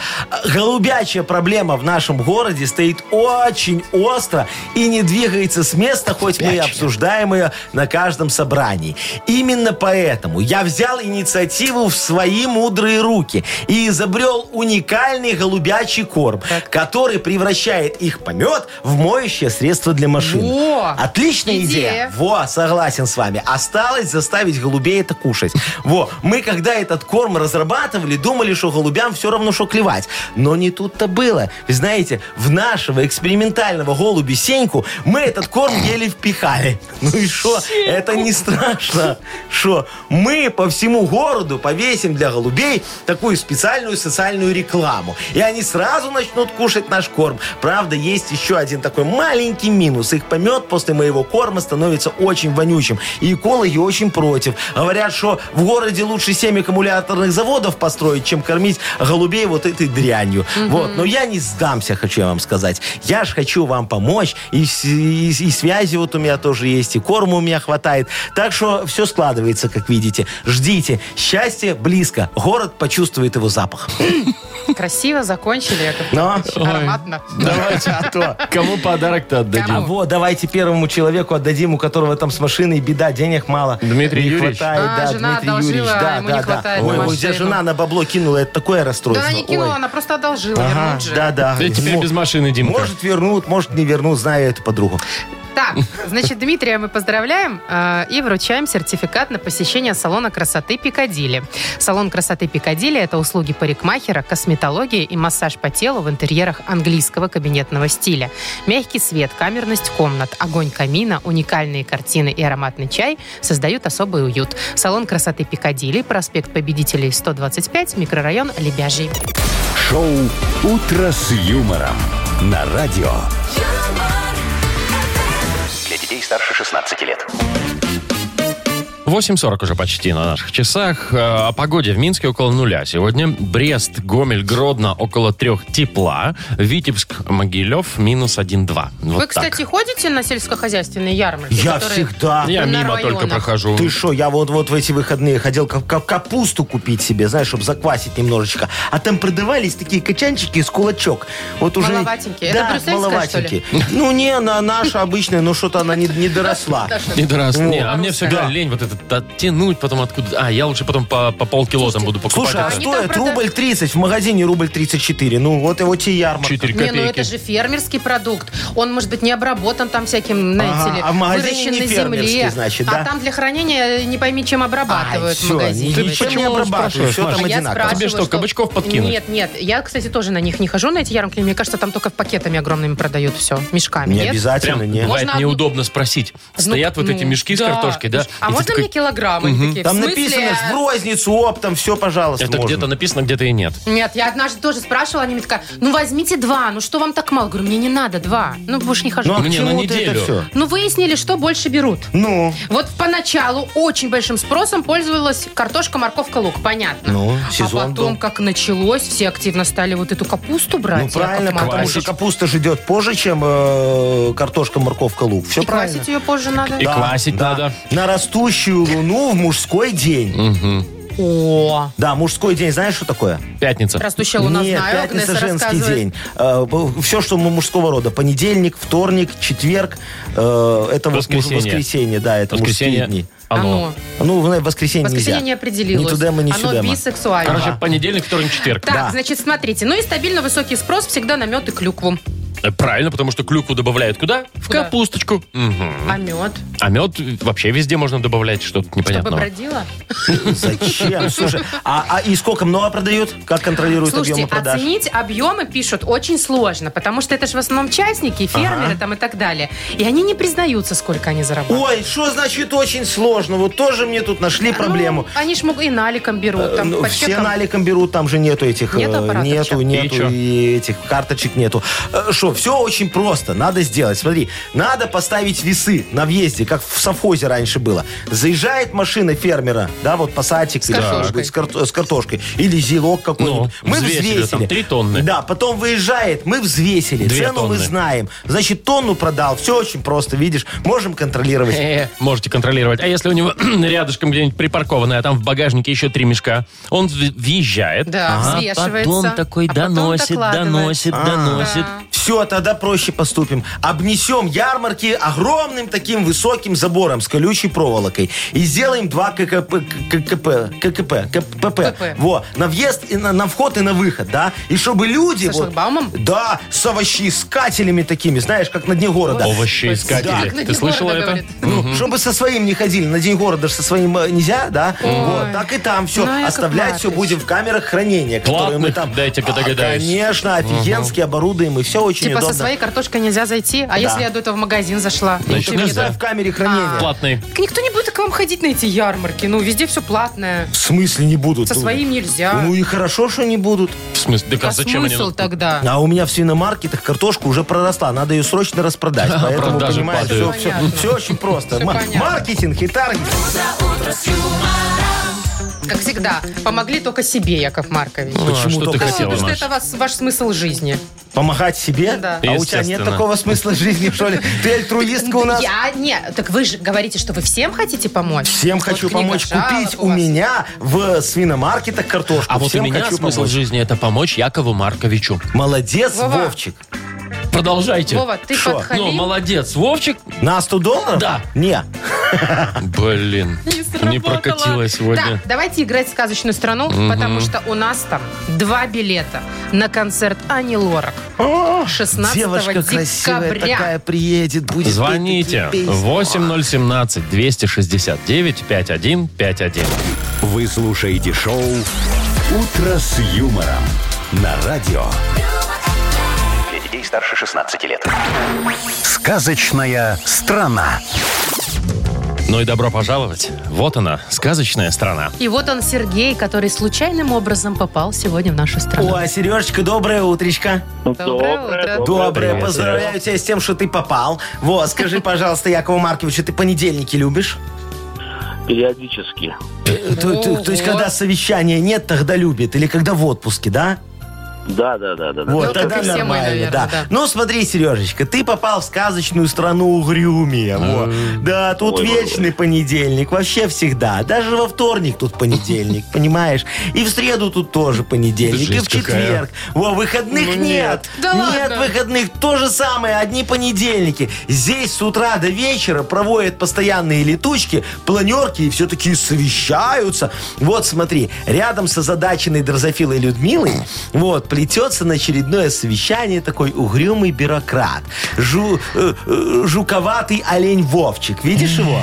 [SPEAKER 4] голубячая проблема в нашем городе стоит очень остро и не двигается с места, хоть мы и обсуждаем ее на каждом собрании. Именно поэтому я взял инициативу в свои мудрые руки и изобрел уникальный голубячий корм, который превращает их помет в моющее средство для машин. А
[SPEAKER 3] Во!
[SPEAKER 4] Отличная идея.
[SPEAKER 3] Идея.
[SPEAKER 4] Во, согласен с вами. Осталось заставить голубей это кушать. Во, мы когда этот корм разрабатывали, думали, что голубям все равно, что клевать. Но не тут-то было. Вы знаете, в нашего экспериментального голуби Сеньку мы этот корм еле впихали. Ну и что? Это не страшно. Что? Мы по всему городу повесим для голубей такую специальную социальную рекламу. И они сразу начнут кушать наш корм. Правда, есть еще один такой маленький минус. Их помет после моего корма становится очень вонючим. И экологи очень против. Говорят, что в городе лучше 7 аккумуляторных заводов построить, чем кормить голубей вот этой дрянью. Вот. Но я не сдамся, хочу я вам сказать. Я ж хочу вам помочь. И, с- и с- и связи вот у меня тоже есть, и корма у меня хватает. Так что все складывается, как видите. Ждите. Счастье близко. Город почувствует его запах.
[SPEAKER 3] Красиво закончили, Яков
[SPEAKER 4] Но.
[SPEAKER 3] Маркович. Ароматно.
[SPEAKER 4] Давайте, а то.
[SPEAKER 2] Кому подарок-то отдадим?
[SPEAKER 4] А вот, давайте первому человеку отдадим, у которого там с машиной беда, денег мало.
[SPEAKER 2] Дмитрий
[SPEAKER 4] не
[SPEAKER 2] Юрьевич.
[SPEAKER 4] хватает,
[SPEAKER 3] А,
[SPEAKER 4] да,
[SPEAKER 3] жена
[SPEAKER 4] Дмитрий
[SPEAKER 3] одолжила,
[SPEAKER 4] Юрьевич, да,
[SPEAKER 3] ему
[SPEAKER 4] да,
[SPEAKER 3] не
[SPEAKER 4] да.
[SPEAKER 3] хватает
[SPEAKER 4] Ой,
[SPEAKER 3] на
[SPEAKER 4] у тебя
[SPEAKER 3] машину.
[SPEAKER 4] жена на бабло кинула, это такое
[SPEAKER 3] Да
[SPEAKER 4] расстройство.
[SPEAKER 3] она не кинула,
[SPEAKER 4] Ой.
[SPEAKER 3] она просто одолжила,
[SPEAKER 4] Ага,
[SPEAKER 3] вернуть же.
[SPEAKER 4] да, да.
[SPEAKER 2] Ты теперь
[SPEAKER 4] Мо-
[SPEAKER 2] без машины, Димка.
[SPEAKER 4] А, Может вернут, может не вернут, знаю эту подругу.
[SPEAKER 3] Так, значит, Дмитрия мы поздравляем э, и вручаем сертификат на посещение салона красоты Пикадилли. Салон красоты Пикадилли – это услуги парикмахера, косметология и массаж по телу в интерьерах английского кабинетного стиля. Мягкий свет, камерность комнат, огонь камина, уникальные картины и ароматный чай создают особый уют. Салон красоты Пикадилли, проспект Победителей 125, микрорайон Лебяжий.
[SPEAKER 1] Шоу «Утро с юмором» на радио.
[SPEAKER 9] юмор,
[SPEAKER 5] Для детей старше 16 лет.
[SPEAKER 2] 8.40 уже почти на наших часах. Э, О погоде в Минске около нуля. Сегодня Брест, Гомель, Гродно около трех тепла. Витебск, Могилев минус 1-2. Вот
[SPEAKER 3] Вы,
[SPEAKER 2] так.
[SPEAKER 3] кстати, ходите на сельскохозяйственные ярмарки?
[SPEAKER 4] Я
[SPEAKER 3] которые-
[SPEAKER 4] всегда.
[SPEAKER 2] Я
[SPEAKER 3] на
[SPEAKER 2] мимо только
[SPEAKER 3] районах.
[SPEAKER 2] прохожу.
[SPEAKER 4] Ты что, я вот, вот в эти выходные хотел кап- кап- капусту купить себе, знаешь, чтобы заквасить немножечко. А там продавались такие качанчики из кулачок. Вот уже...
[SPEAKER 3] Маловатенькие. Это
[SPEAKER 4] Да,
[SPEAKER 3] брюссельская,
[SPEAKER 4] маловатенькие. Ну не, она наша обычная, но что-то она не, не доросла.
[SPEAKER 2] Не дорос. Не, а
[SPEAKER 4] О,
[SPEAKER 2] мне всегда
[SPEAKER 4] да.
[SPEAKER 2] лень вот это оттянуть потом откуда. А, я лучше потом по, по полкило там буду покупать.
[SPEAKER 4] Слушай, а
[SPEAKER 2] это
[SPEAKER 3] они
[SPEAKER 4] стоит
[SPEAKER 3] там продают-
[SPEAKER 4] рубль 30, в магазине рубль 34. Ну, вот его те ярмарка.
[SPEAKER 2] 4
[SPEAKER 3] Не, ну это
[SPEAKER 2] копейки.
[SPEAKER 3] же фермерский продукт. Он, может быть, не обработан там всяким, знаете
[SPEAKER 4] Ага,
[SPEAKER 3] ли,
[SPEAKER 4] а в магазине
[SPEAKER 3] выращен
[SPEAKER 4] не
[SPEAKER 3] на
[SPEAKER 4] фермерский,
[SPEAKER 3] земле.
[SPEAKER 4] значит, да?
[SPEAKER 3] А там для хранения не пойми, чем
[SPEAKER 4] Ай,
[SPEAKER 3] обрабатывают в
[SPEAKER 4] всё,
[SPEAKER 3] магазине.
[SPEAKER 4] ничем
[SPEAKER 2] Ты почему
[SPEAKER 4] не обрабатываешь,
[SPEAKER 2] спрашиваешь,
[SPEAKER 4] все там
[SPEAKER 2] Маша?
[SPEAKER 3] А я
[SPEAKER 4] одинаково.
[SPEAKER 3] спрашиваю,
[SPEAKER 2] Тебе что, кабачков подкинуть?
[SPEAKER 3] Нет, нет. Я, кстати, тоже на них не хожу, на эти ярмарки. Мне кажется, там только пакетами огромными продают все. Мешками,
[SPEAKER 4] Не
[SPEAKER 3] нет?
[SPEAKER 4] обязательно,
[SPEAKER 2] Прям
[SPEAKER 4] не.
[SPEAKER 2] бывает
[SPEAKER 3] Можно одну-
[SPEAKER 2] неудобно спросить. Стоят
[SPEAKER 3] Ну,
[SPEAKER 2] вот эти
[SPEAKER 3] ну,
[SPEAKER 2] мешки с
[SPEAKER 3] да.
[SPEAKER 2] картошкой, да?
[SPEAKER 3] А
[SPEAKER 2] и ты
[SPEAKER 3] можно
[SPEAKER 2] такой,
[SPEAKER 3] мне килограммы? Они такие,
[SPEAKER 4] Там
[SPEAKER 3] в смысле?
[SPEAKER 4] написано в розницу, оптом, все, пожалуйста,
[SPEAKER 2] Это
[SPEAKER 4] можно.
[SPEAKER 2] где-то написано, где-то и нет.
[SPEAKER 3] Нет, я однажды тоже спрашивала, они мне такая, ну возьмите два, ну что вам так мало? Говорю, мне не надо два, ну больше не хожу.
[SPEAKER 4] Ну, а к
[SPEAKER 2] Мне на
[SPEAKER 4] чему ты
[SPEAKER 2] неделю.
[SPEAKER 4] это все?
[SPEAKER 3] Ну выяснили, что больше берут.
[SPEAKER 4] Ну,
[SPEAKER 3] Вот поначалу очень большим спросом пользовалась картошка, морковка, лук, понятно.
[SPEAKER 4] Ну, сезон
[SPEAKER 3] а потом,
[SPEAKER 4] был.
[SPEAKER 3] как началось, все активно стали вот эту капусту брать.
[SPEAKER 4] ну правильно,
[SPEAKER 3] Яков
[SPEAKER 4] потому
[SPEAKER 3] Маркович.
[SPEAKER 4] что капуста ждет позже, чем э, картошка, морковка, лук. Все
[SPEAKER 3] И
[SPEAKER 4] правильно.
[SPEAKER 3] квасить ее позже надо.
[SPEAKER 2] И квасить надо.
[SPEAKER 4] На растущую луну в мужской день.
[SPEAKER 3] О,
[SPEAKER 4] Да, мужской день, знаешь, что такое?
[SPEAKER 2] Пятница.
[SPEAKER 3] растущая луна,
[SPEAKER 4] Нет,
[SPEAKER 3] знаю,
[SPEAKER 4] пятница
[SPEAKER 3] Агнеса
[SPEAKER 4] женский
[SPEAKER 3] рассказывает.
[SPEAKER 4] день. все, что мы мужского рода. Понедельник, вторник, четверг. э, это вот муж-
[SPEAKER 2] Воскресенье.
[SPEAKER 4] воскресенье, да, это
[SPEAKER 2] Воскресенье.
[SPEAKER 4] мужские дни.
[SPEAKER 2] Оно.
[SPEAKER 4] Ну, в воскресенье
[SPEAKER 3] Воскресенье
[SPEAKER 4] нельзя.
[SPEAKER 3] не определилось.
[SPEAKER 4] Ни туда мы, ни
[SPEAKER 3] Оно
[SPEAKER 4] сюда мы.
[SPEAKER 3] бисексуально.
[SPEAKER 2] Короче, понедельник, вторник, четверг.
[SPEAKER 3] Так,
[SPEAKER 4] да.
[SPEAKER 3] значит, смотрите. Ну и стабильно высокий спрос всегда на мед и клюкву.
[SPEAKER 2] Э, Правильно, потому что клюкву добавляют куда? В
[SPEAKER 3] Куда?
[SPEAKER 2] капусточку. Мгм.
[SPEAKER 3] А мед?
[SPEAKER 2] А мед вообще везде можно добавлять, что-то
[SPEAKER 3] Чтобы
[SPEAKER 2] непонятного.
[SPEAKER 3] бродила?
[SPEAKER 4] Зачем? Слушай, а, а и сколько много продают? Как контролируют
[SPEAKER 3] Слушайте,
[SPEAKER 4] объемы продаж?
[SPEAKER 3] оценить объемы пишут очень сложно, потому что это же в основном частники, фермеры там и так далее. И они не признаются, сколько они зарабатывают.
[SPEAKER 4] Ой, что значит очень сложно? Вот тоже мне тут нашли проблему.
[SPEAKER 3] Ну, они ж могут и наликом берут, там,
[SPEAKER 4] Ну,
[SPEAKER 3] по
[SPEAKER 4] все
[SPEAKER 3] чекам.
[SPEAKER 4] наликом берут, там же нету этих...
[SPEAKER 3] Нет
[SPEAKER 4] э,
[SPEAKER 3] аппаратов
[SPEAKER 4] Нету,
[SPEAKER 3] сейчас?
[SPEAKER 2] И чё?
[SPEAKER 4] нету, и, этих карточек нету. Что, все очень просто, надо сделать. Смотри, надо поставить весы на въезде, как в совхозе раньше было. Заезжает машина фермера, да, вот пассатик или
[SPEAKER 3] картошкой.
[SPEAKER 4] что-нибудь, с, карт- с картошкой, или зелок какой-нибудь.
[SPEAKER 2] Ну, взвесили, там, три тонны.
[SPEAKER 4] Да, потом выезжает, мы взвесили,
[SPEAKER 2] Две
[SPEAKER 4] цену мы
[SPEAKER 2] тонны.
[SPEAKER 4] знаем. Значит, тонну продал, все очень просто, видишь, можем контролировать.
[SPEAKER 2] Э, Можете контролировать. А если у него рядышком где-нибудь припарковано, а там в багажнике еще три мешка, он в- въезжает.
[SPEAKER 3] Да, взвешивается.
[SPEAKER 2] потом такой
[SPEAKER 3] а потом
[SPEAKER 2] доносит,
[SPEAKER 3] докладывает.
[SPEAKER 2] доносит,
[SPEAKER 4] А.
[SPEAKER 2] доносит.
[SPEAKER 3] Да.
[SPEAKER 4] Все, тогда проще поступим. Обнесем ярмарки огромным таким высоким забором с колючей проволокой. И сделаем два ККП, ККП, ККП, КПП.
[SPEAKER 3] КП.
[SPEAKER 4] Во, на въезд, и на, на вход и на выход, да? И чтобы люди...
[SPEAKER 3] Со
[SPEAKER 4] вот-
[SPEAKER 3] шлагбаумом?
[SPEAKER 4] да, с овощеискателями такими, знаешь, как на дне города.
[SPEAKER 2] Овощеискатели.
[SPEAKER 3] Да.
[SPEAKER 2] Ты слышала это?
[SPEAKER 3] ну, Говорит.
[SPEAKER 4] Ну, чтобы со своим не ходили. На День города же со своим э, нельзя, да? Вот, так и там все.
[SPEAKER 3] Ну, Яков
[SPEAKER 4] Оставлять все
[SPEAKER 3] Маркович.
[SPEAKER 4] будем в камерах хранения, которые мы
[SPEAKER 2] Платных?
[SPEAKER 4] там... А,
[SPEAKER 2] Дайте-ка догадаюсь.
[SPEAKER 4] конечно, офигенски оборудуем, и все очень
[SPEAKER 3] Типа
[SPEAKER 4] удобно.
[SPEAKER 3] со своей картошкой нельзя зайти, а если я до этого в магазин зашла?
[SPEAKER 2] Значит,
[SPEAKER 3] Ничего не
[SPEAKER 2] нельзя.
[SPEAKER 4] Ну, Нельзя
[SPEAKER 3] дают.
[SPEAKER 4] в камере хранения.
[SPEAKER 3] А.
[SPEAKER 2] Платные.
[SPEAKER 3] Так Никто не будет к вам ходить на эти ярмарки, ну везде все платное.
[SPEAKER 4] В смысле не будут?
[SPEAKER 3] Со своим нельзя.
[SPEAKER 4] Ну и хорошо, что не будут.
[SPEAKER 2] В смысле? Так а
[SPEAKER 3] а
[SPEAKER 2] зачем они?
[SPEAKER 3] смысл тогда?
[SPEAKER 4] А у меня в свиномаркетах картошка уже проросла. Надо ее срочно распродать. Поэтому,
[SPEAKER 2] продажи
[SPEAKER 4] понимаешь, все,
[SPEAKER 2] падают.
[SPEAKER 3] Понятно.
[SPEAKER 4] очень просто.
[SPEAKER 3] Всё
[SPEAKER 4] Ма-
[SPEAKER 3] понятно.
[SPEAKER 4] Маркетинг и таргет.
[SPEAKER 3] Как всегда, помогли только себе, Яков Маркович.
[SPEAKER 2] Почему Ну, что ты
[SPEAKER 3] Да,
[SPEAKER 2] хотела,
[SPEAKER 3] потому что
[SPEAKER 2] Маш?
[SPEAKER 3] это вас, ваш смысл жизни.
[SPEAKER 4] Помогать себе?
[SPEAKER 3] Ну Да.
[SPEAKER 4] А у тебя нет
[SPEAKER 2] Естественно.
[SPEAKER 4] такого смысла жизни, что ли? Ты альтруистка у нас?
[SPEAKER 3] Я нет. Так вы же говорите, что вы всем хотите помочь.
[SPEAKER 4] Всем
[SPEAKER 3] Вот
[SPEAKER 4] хочу
[SPEAKER 3] книга
[SPEAKER 4] помочь
[SPEAKER 3] жалоб
[SPEAKER 4] купить у
[SPEAKER 3] вас.
[SPEAKER 4] меня в свиномаркетах картошку.
[SPEAKER 2] А вот у
[SPEAKER 4] Всем
[SPEAKER 2] меня
[SPEAKER 4] хочу
[SPEAKER 2] смысл
[SPEAKER 4] помочь.
[SPEAKER 2] жизни это помочь Якову Марковичу.
[SPEAKER 4] Молодец,
[SPEAKER 3] Вова.
[SPEAKER 4] Вовчик.
[SPEAKER 2] Продолжайте.
[SPEAKER 3] Вова, ты
[SPEAKER 4] Шо?
[SPEAKER 2] Ну,
[SPEAKER 3] подхалим.
[SPEAKER 2] молодец, Вовчик.
[SPEAKER 4] На 100 долларов?
[SPEAKER 2] Да.
[SPEAKER 4] Не.
[SPEAKER 2] Блин, не
[SPEAKER 3] сработало.
[SPEAKER 2] прокатило сегодня.
[SPEAKER 3] Так, давайте играть в сказочную страну, потому что у нас там два билета на концерт Ани Лорак. 16
[SPEAKER 4] Девушка красивая
[SPEAKER 3] декабря.
[SPEAKER 4] такая приедет, будет петь
[SPEAKER 2] Звоните
[SPEAKER 4] такие песни.
[SPEAKER 2] 8017-269-5151.
[SPEAKER 1] Вы слушаете шоу «Утро с юмором» на радио.
[SPEAKER 5] Для детей старше 16 лет.
[SPEAKER 1] Сказочная страна.
[SPEAKER 2] Ну и добро пожаловать. Вот она, сказочная страна.
[SPEAKER 3] И вот он, Сергей, который случайным образом попал сегодня в нашу страну.
[SPEAKER 4] О, а Сережечка, доброе утречко.
[SPEAKER 3] Доброе утро.
[SPEAKER 4] Доброе,
[SPEAKER 2] привет,
[SPEAKER 4] поздравляю тебя с тем, что ты попал. Вот, скажи, пожалуйста, Якову Марковичу, ты понедельники любишь?
[SPEAKER 6] Периодически.
[SPEAKER 4] Э, То, то- то есть,
[SPEAKER 3] Ого.
[SPEAKER 4] когда совещания нет, тогда любит. Или когда в отпуске, да?
[SPEAKER 6] Да, да, да, да. да.
[SPEAKER 4] Вот,
[SPEAKER 3] Ну, как
[SPEAKER 4] тогда
[SPEAKER 3] и все мы,
[SPEAKER 4] нормально,
[SPEAKER 3] наверное,
[SPEAKER 4] да.
[SPEAKER 3] да.
[SPEAKER 4] Ну, смотри, Сережечка, ты попал в сказочную страну Угрюмия. во. Да, тут
[SPEAKER 6] А. Ой, ой, ой.
[SPEAKER 4] вечный понедельник, вообще всегда. Даже во вторник тут понедельник, понимаешь? И в среду тут тоже понедельник, и в
[SPEAKER 2] Жесть какая.
[SPEAKER 4] четверг. Во, выходных
[SPEAKER 2] Ну,
[SPEAKER 4] нет.
[SPEAKER 2] нет.
[SPEAKER 3] Да
[SPEAKER 4] Нет
[SPEAKER 3] ладно?
[SPEAKER 4] выходных, то же самое, одни понедельники. Здесь с утра до вечера проводят постоянные летучки, планерки и все таки совещаются. Вот смотри, рядом со задаченной дрозофилой Людмилой вот, плетется на очередное совещание такой угрюмый бюрократ. Жу- э, э, жуковатый олень Вовчик. Видишь его?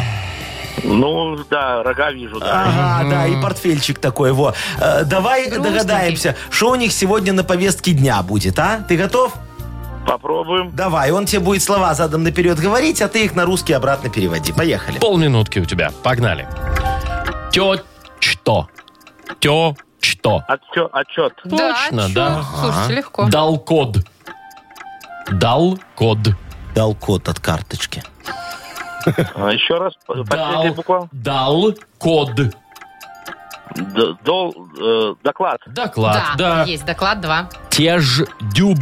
[SPEAKER 6] Ну, да, рога вижу, да.
[SPEAKER 4] Ага, да, и портфельчик такой, во. Э, давай
[SPEAKER 3] Грустненький.
[SPEAKER 4] догадаемся, что у них сегодня на повестке дня будет, а? Ты готов?
[SPEAKER 6] Попробуем.
[SPEAKER 4] Давай, он тебе будет слова задом наперед говорить, а ты их на русский обратно переводи. Поехали.
[SPEAKER 2] Полминутки у тебя. Погнали. Тё что? Тё что?
[SPEAKER 6] Отчет. отчет.
[SPEAKER 3] Да,
[SPEAKER 2] Точно,
[SPEAKER 3] чё?
[SPEAKER 2] да.
[SPEAKER 3] Слушайте, легко.
[SPEAKER 2] Дал код. Дал код.
[SPEAKER 4] Дал код от карточки.
[SPEAKER 6] А, Еще раз, п- последняя
[SPEAKER 2] Дал,
[SPEAKER 6] буква.
[SPEAKER 2] дал код.
[SPEAKER 6] Д- Дол, э, доклад.
[SPEAKER 2] Доклад, А, да.
[SPEAKER 3] есть доклад 2.
[SPEAKER 2] Теж дюб.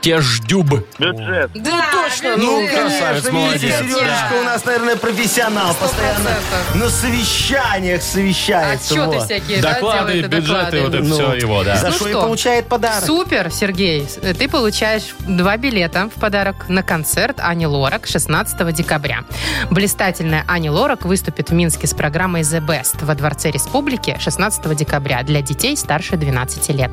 [SPEAKER 2] Теж дюб.
[SPEAKER 6] Бюджет.
[SPEAKER 3] Да, точно,
[SPEAKER 4] ну,
[SPEAKER 2] красавец, молодец.
[SPEAKER 4] видите, Сережечка у нас, наверное, профессионал. Постоянно
[SPEAKER 3] процентов.
[SPEAKER 4] на совещаниях совещается.
[SPEAKER 3] Отчеты
[SPEAKER 4] во.
[SPEAKER 3] всякие, да,
[SPEAKER 2] Доклады,
[SPEAKER 3] делает, и
[SPEAKER 2] бюджеты, вот это
[SPEAKER 4] Ну,
[SPEAKER 2] все его, да.
[SPEAKER 4] За
[SPEAKER 3] Ну
[SPEAKER 4] что и
[SPEAKER 3] что?
[SPEAKER 4] получает подарок.
[SPEAKER 3] Супер, Сергей. э, Ты получаешь два билета в подарок на концерт Ани Лорак 16 декабря. Блистательная Ани Лорак выступит в Минске с программой The Best во Дворце Республики 16 декабря для детей старше 12 лет.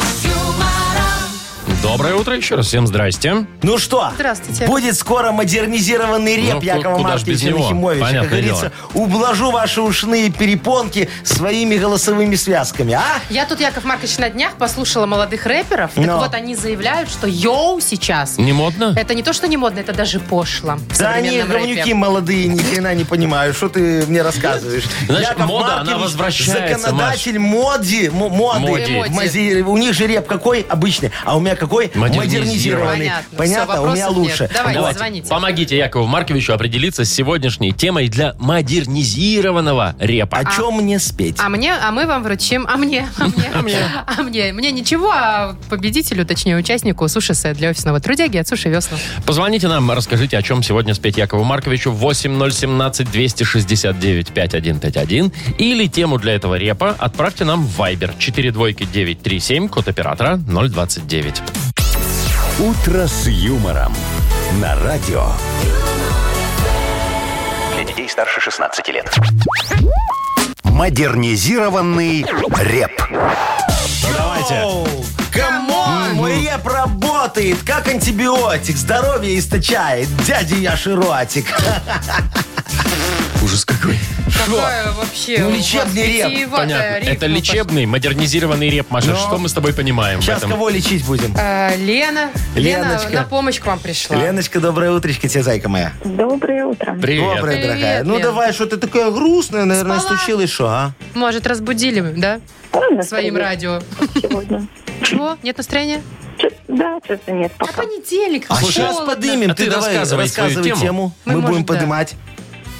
[SPEAKER 2] Доброе утро еще раз. Всем здрасте.
[SPEAKER 4] Ну что,
[SPEAKER 3] Здравствуйте.
[SPEAKER 4] будет скоро модернизированный реп
[SPEAKER 2] Ну, ку-
[SPEAKER 4] Якова
[SPEAKER 2] куда ж без
[SPEAKER 4] Марковича
[SPEAKER 2] него?
[SPEAKER 4] Нахимовича.
[SPEAKER 2] Понятное
[SPEAKER 4] как говорится, ублажу ваши ушные перепонки своими голосовыми связками, а?
[SPEAKER 3] Я тут, Яков Маркович, на днях послушала молодых рэперов. Так
[SPEAKER 4] Но.
[SPEAKER 3] вот, они заявляют, что йоу сейчас.
[SPEAKER 2] Не модно?
[SPEAKER 3] Это не то, что не модно, это даже пошло. в
[SPEAKER 4] Да они
[SPEAKER 3] современном рэпе.
[SPEAKER 4] говнюки молодые, ни хрена не понимаю, что ты мне рассказываешь.
[SPEAKER 2] Ну, Знаешь, мода, она возвращается,
[SPEAKER 4] Законодатель моди, м- моды.
[SPEAKER 2] Моди.
[SPEAKER 3] Моди.
[SPEAKER 4] Мази- У них же реп какой обычный, а у меня какой?
[SPEAKER 2] Модернизированный.
[SPEAKER 4] Модернизированный.
[SPEAKER 3] Понятно. Всё,
[SPEAKER 4] Понятно, у меня
[SPEAKER 3] вопросов
[SPEAKER 4] лучше.
[SPEAKER 3] нет. Давай,
[SPEAKER 4] Вот.
[SPEAKER 3] звоните.
[SPEAKER 2] Помогите Якову Марковичу определиться с сегодняшней темой для модернизированного репа.
[SPEAKER 4] О чем мне спеть?
[SPEAKER 3] А мне, а мы вам вручим, а мне, а мне, а мне, а мне, мне ничего, а победителю, точнее участнику суши-сет для офисного трудяги от суши весла.
[SPEAKER 2] Позвоните нам, расскажите, о чем сегодня спеть Якову Марковичу 8017-269-5151 или тему для этого репа отправьте нам в Viber 42937, код оператора 029.
[SPEAKER 1] «Утро с юмором» на радио.
[SPEAKER 5] Для детей старше 16 лет.
[SPEAKER 1] Модернизированный реп.
[SPEAKER 2] Ну, Давайте.
[SPEAKER 4] Оу, Камон, мой реп работает, как антибиотик. Здоровье источает, дядя Яши ротик.
[SPEAKER 2] Ужас какой.
[SPEAKER 3] Какая вообще
[SPEAKER 4] Ну,
[SPEAKER 3] у вас
[SPEAKER 4] лечебный реп.
[SPEAKER 3] витиеватая
[SPEAKER 2] Понятно.
[SPEAKER 3] рифма
[SPEAKER 2] Это
[SPEAKER 3] пошла.
[SPEAKER 2] лечебный, модернизированный реп, Маша.
[SPEAKER 4] Но-
[SPEAKER 2] Что мы с тобой понимаем в
[SPEAKER 4] Сейчас
[SPEAKER 2] этом?
[SPEAKER 4] кого лечить будем?
[SPEAKER 3] А, Лена, Лена
[SPEAKER 4] Леночка.
[SPEAKER 3] на помощь к вам пришла.
[SPEAKER 4] Леночка, доброе утречко тебе, зайка моя.
[SPEAKER 7] Доброе утро.
[SPEAKER 2] Привет.
[SPEAKER 4] Доброе,
[SPEAKER 3] Привет,
[SPEAKER 4] дорогая. Ну
[SPEAKER 3] Лен.
[SPEAKER 4] давай, что ты такая грустная, наверное,
[SPEAKER 3] Спала?
[SPEAKER 4] случилось, что, а?
[SPEAKER 3] Может, разбудили, да?
[SPEAKER 7] Ладно,
[SPEAKER 3] Своим
[SPEAKER 7] привет.
[SPEAKER 3] радио.
[SPEAKER 7] Сегодня.
[SPEAKER 3] Чего? Нет настроения?
[SPEAKER 7] Чё- Да, что-то нет
[SPEAKER 3] А
[SPEAKER 7] пока.
[SPEAKER 3] понедельник.
[SPEAKER 4] А
[SPEAKER 2] Слушай,
[SPEAKER 4] сейчас
[SPEAKER 3] холодно.
[SPEAKER 4] поднимем,
[SPEAKER 2] А
[SPEAKER 4] ты,
[SPEAKER 2] ты
[SPEAKER 4] давай
[SPEAKER 2] рассказывай свою
[SPEAKER 4] рассказывай
[SPEAKER 2] тему.
[SPEAKER 4] тему.
[SPEAKER 3] Мы,
[SPEAKER 4] Мы, будем
[SPEAKER 3] может, да.
[SPEAKER 4] поднимать.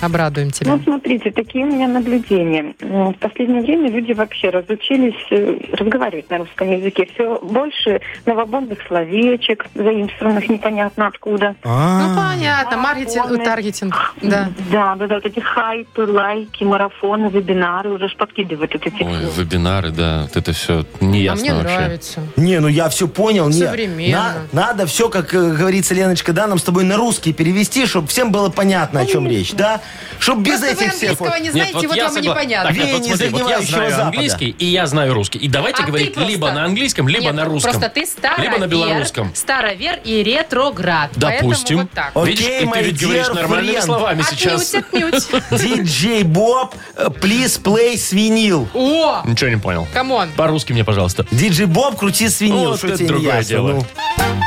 [SPEAKER 3] Обрадуем тебя.
[SPEAKER 7] Ну, смотрите, такие у меня наблюдения. М, В последнее время люди вообще разучились э, разговаривать на русском языке. Все больше новобонных словечек, заимствованных непонятно откуда.
[SPEAKER 3] Ну,
[SPEAKER 4] А,
[SPEAKER 3] понятно, маркетинг,
[SPEAKER 7] Марафоны.
[SPEAKER 3] э, таргетинг. Да.
[SPEAKER 7] Да, да, да, вот эти хайпы, лайки, марафоны, вебинары уже ж подкидывают вот эти.
[SPEAKER 2] Ой, вебинары, да, вот это все
[SPEAKER 3] а
[SPEAKER 2] неясно
[SPEAKER 3] мне
[SPEAKER 2] вообще.
[SPEAKER 3] нравится.
[SPEAKER 4] Не, ну я все понял. не.
[SPEAKER 3] Современно.
[SPEAKER 4] На- надо все, как э, говорится, Леночка, да, нам с тобой на русский перевести, чтобы всем было понятно, о чем речь, да? Чтобы без
[SPEAKER 3] Просто вы
[SPEAKER 4] этих всех... вот-
[SPEAKER 3] английского не
[SPEAKER 2] Нет,
[SPEAKER 3] знаете, вот
[SPEAKER 2] я
[SPEAKER 3] вам и
[SPEAKER 2] согла-
[SPEAKER 3] непонятно.
[SPEAKER 2] Так, нет, вот
[SPEAKER 4] Веяние
[SPEAKER 2] смотри, вот я
[SPEAKER 4] загнивающего
[SPEAKER 2] знаю
[SPEAKER 4] Запада.
[SPEAKER 2] английский, и я знаю русский. И давайте
[SPEAKER 3] А ты
[SPEAKER 2] говорить
[SPEAKER 3] просто-
[SPEAKER 2] либо на английском, либо
[SPEAKER 3] Нет, ну
[SPEAKER 2] на русском.
[SPEAKER 3] Просто ты старовер.
[SPEAKER 2] Либо на белорусском.
[SPEAKER 3] Старовер и ретроград.
[SPEAKER 2] Допустим.
[SPEAKER 3] Поэтому вот так.
[SPEAKER 4] Окей,
[SPEAKER 2] Видишь, и ты
[SPEAKER 4] my
[SPEAKER 2] ведь говоришь
[SPEAKER 4] dear
[SPEAKER 2] нормальными
[SPEAKER 4] friend.
[SPEAKER 2] словами сейчас.
[SPEAKER 3] Отнюдь, отнюдь.
[SPEAKER 4] Диджей Боб, э, please play свинил.
[SPEAKER 3] О,
[SPEAKER 2] Ничего не понял.
[SPEAKER 3] камон.
[SPEAKER 2] По-русски мне, пожалуйста.
[SPEAKER 4] Диджей Боб, крути свинил.
[SPEAKER 2] Вот
[SPEAKER 4] Что
[SPEAKER 2] это
[SPEAKER 4] тебе не
[SPEAKER 2] другое
[SPEAKER 4] ясно,
[SPEAKER 2] дело.
[SPEAKER 4] ну?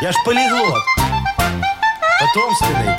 [SPEAKER 4] Я ж полиглот. Потомственный.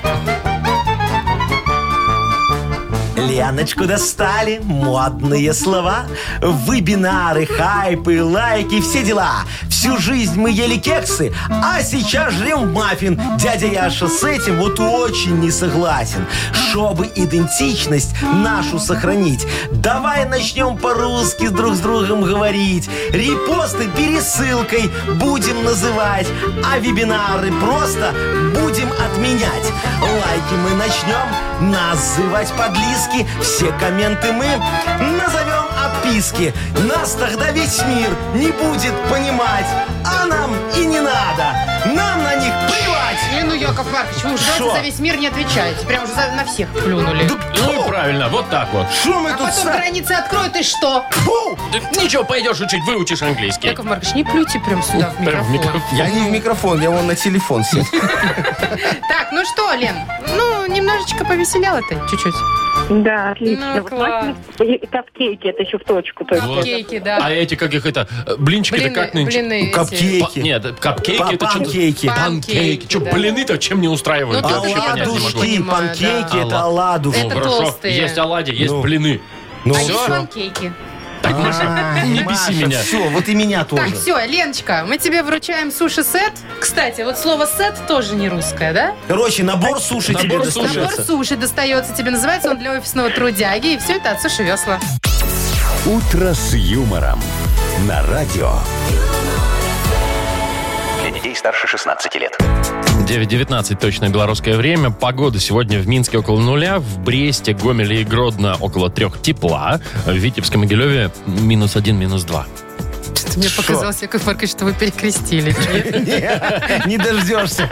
[SPEAKER 4] Леночку достали модные слова, вебинары, хайпы, лайки, все дела. Всю жизнь мы ели кексы, а сейчас жрем маффин. Дядя Яша с этим вот очень не согласен. Чтобы идентичность нашу сохранить, давай начнем по-русски друг с другом говорить. Репосты пересылкой будем называть, а вебинары просто будем отменять. Лайки мы начнем называть подлизки, все комменты мы назовем отписки. Нас тогда весь мир не будет понимать, а нам и не надо, нам на них плевать.
[SPEAKER 3] Не, ну, Яков Маркович, вы уже
[SPEAKER 4] Шо?
[SPEAKER 3] за весь мир не отвечаете. Прям уже за- на всех плюнули.
[SPEAKER 4] Да
[SPEAKER 2] Ну и
[SPEAKER 4] тьфу,
[SPEAKER 2] правильно, вот так вот.
[SPEAKER 4] шо мы
[SPEAKER 3] а
[SPEAKER 4] тут
[SPEAKER 3] потом
[SPEAKER 4] ста-
[SPEAKER 3] границы откроют, и что?
[SPEAKER 4] Тьфу!
[SPEAKER 2] Ты ничего, пойдешь учить, выучишь английский.
[SPEAKER 3] Яков Маркович, не плюйте прям сюда в
[SPEAKER 2] Прям в
[SPEAKER 3] микрофон.
[SPEAKER 2] микрофон.
[SPEAKER 4] Я не в микрофон, я вон на телефон сел.
[SPEAKER 3] Так, ну что, Лен, ну, немножечко повеселяла ты чуть-чуть.
[SPEAKER 7] Да, отлично.
[SPEAKER 3] Ну,
[SPEAKER 7] Вот
[SPEAKER 3] класс.
[SPEAKER 7] лайки и и капкейки, это еще в точку. То есть.
[SPEAKER 2] Вот.
[SPEAKER 3] Кейки,
[SPEAKER 2] А
[SPEAKER 3] да.
[SPEAKER 2] эти, как их это, э, блинчики-то
[SPEAKER 3] Блины,
[SPEAKER 2] как нынче?
[SPEAKER 3] блины эти.
[SPEAKER 2] Па-
[SPEAKER 4] Капкейки.
[SPEAKER 2] Нет, капкейки это что-то...
[SPEAKER 4] Панкейки.
[SPEAKER 2] Панкейки. Че,
[SPEAKER 3] да.
[SPEAKER 2] блины-то чем не устраивают?
[SPEAKER 3] Ну,
[SPEAKER 2] Я вообще
[SPEAKER 3] ладно,
[SPEAKER 2] понять не
[SPEAKER 3] уж
[SPEAKER 2] могу.
[SPEAKER 3] ты.
[SPEAKER 4] Оладушки,
[SPEAKER 3] Понимаю,
[SPEAKER 4] панкейки,
[SPEAKER 3] да.
[SPEAKER 4] это оладушки.
[SPEAKER 2] Ну,
[SPEAKER 3] Это
[SPEAKER 2] хорошо,
[SPEAKER 3] толстые.
[SPEAKER 2] есть оладьи, есть
[SPEAKER 4] Ну.
[SPEAKER 2] блины.
[SPEAKER 4] Ну,
[SPEAKER 3] а есть
[SPEAKER 4] всё.
[SPEAKER 3] панкейки.
[SPEAKER 2] Так, Маша,
[SPEAKER 4] А,
[SPEAKER 2] не беси меня.
[SPEAKER 4] Все, вот и меня
[SPEAKER 3] Так,
[SPEAKER 4] тоже.
[SPEAKER 3] все, Леночка, мы тебе вручаем суши-сет. Кстати, вот слово сет тоже не русское, да?
[SPEAKER 4] Короче, набор суши
[SPEAKER 2] Набор
[SPEAKER 4] тебе
[SPEAKER 2] суши.
[SPEAKER 4] достается.
[SPEAKER 3] Набор суши достается тебе, называется он для офисного трудяги, и все это от суши весла.
[SPEAKER 1] «Утро с юмором» на радио.
[SPEAKER 5] Для детей старше 16 лет.
[SPEAKER 2] 9.19 точное белорусское время. Погода сегодня в Минске около нуля, в Бресте, Гомеле и Гродно около трех тепла, в Витебском и Гилеве минус один, минус два.
[SPEAKER 3] Что-то мне показалось, Яков Маркович, что вы перекрестили.
[SPEAKER 4] Не, Не дождешься.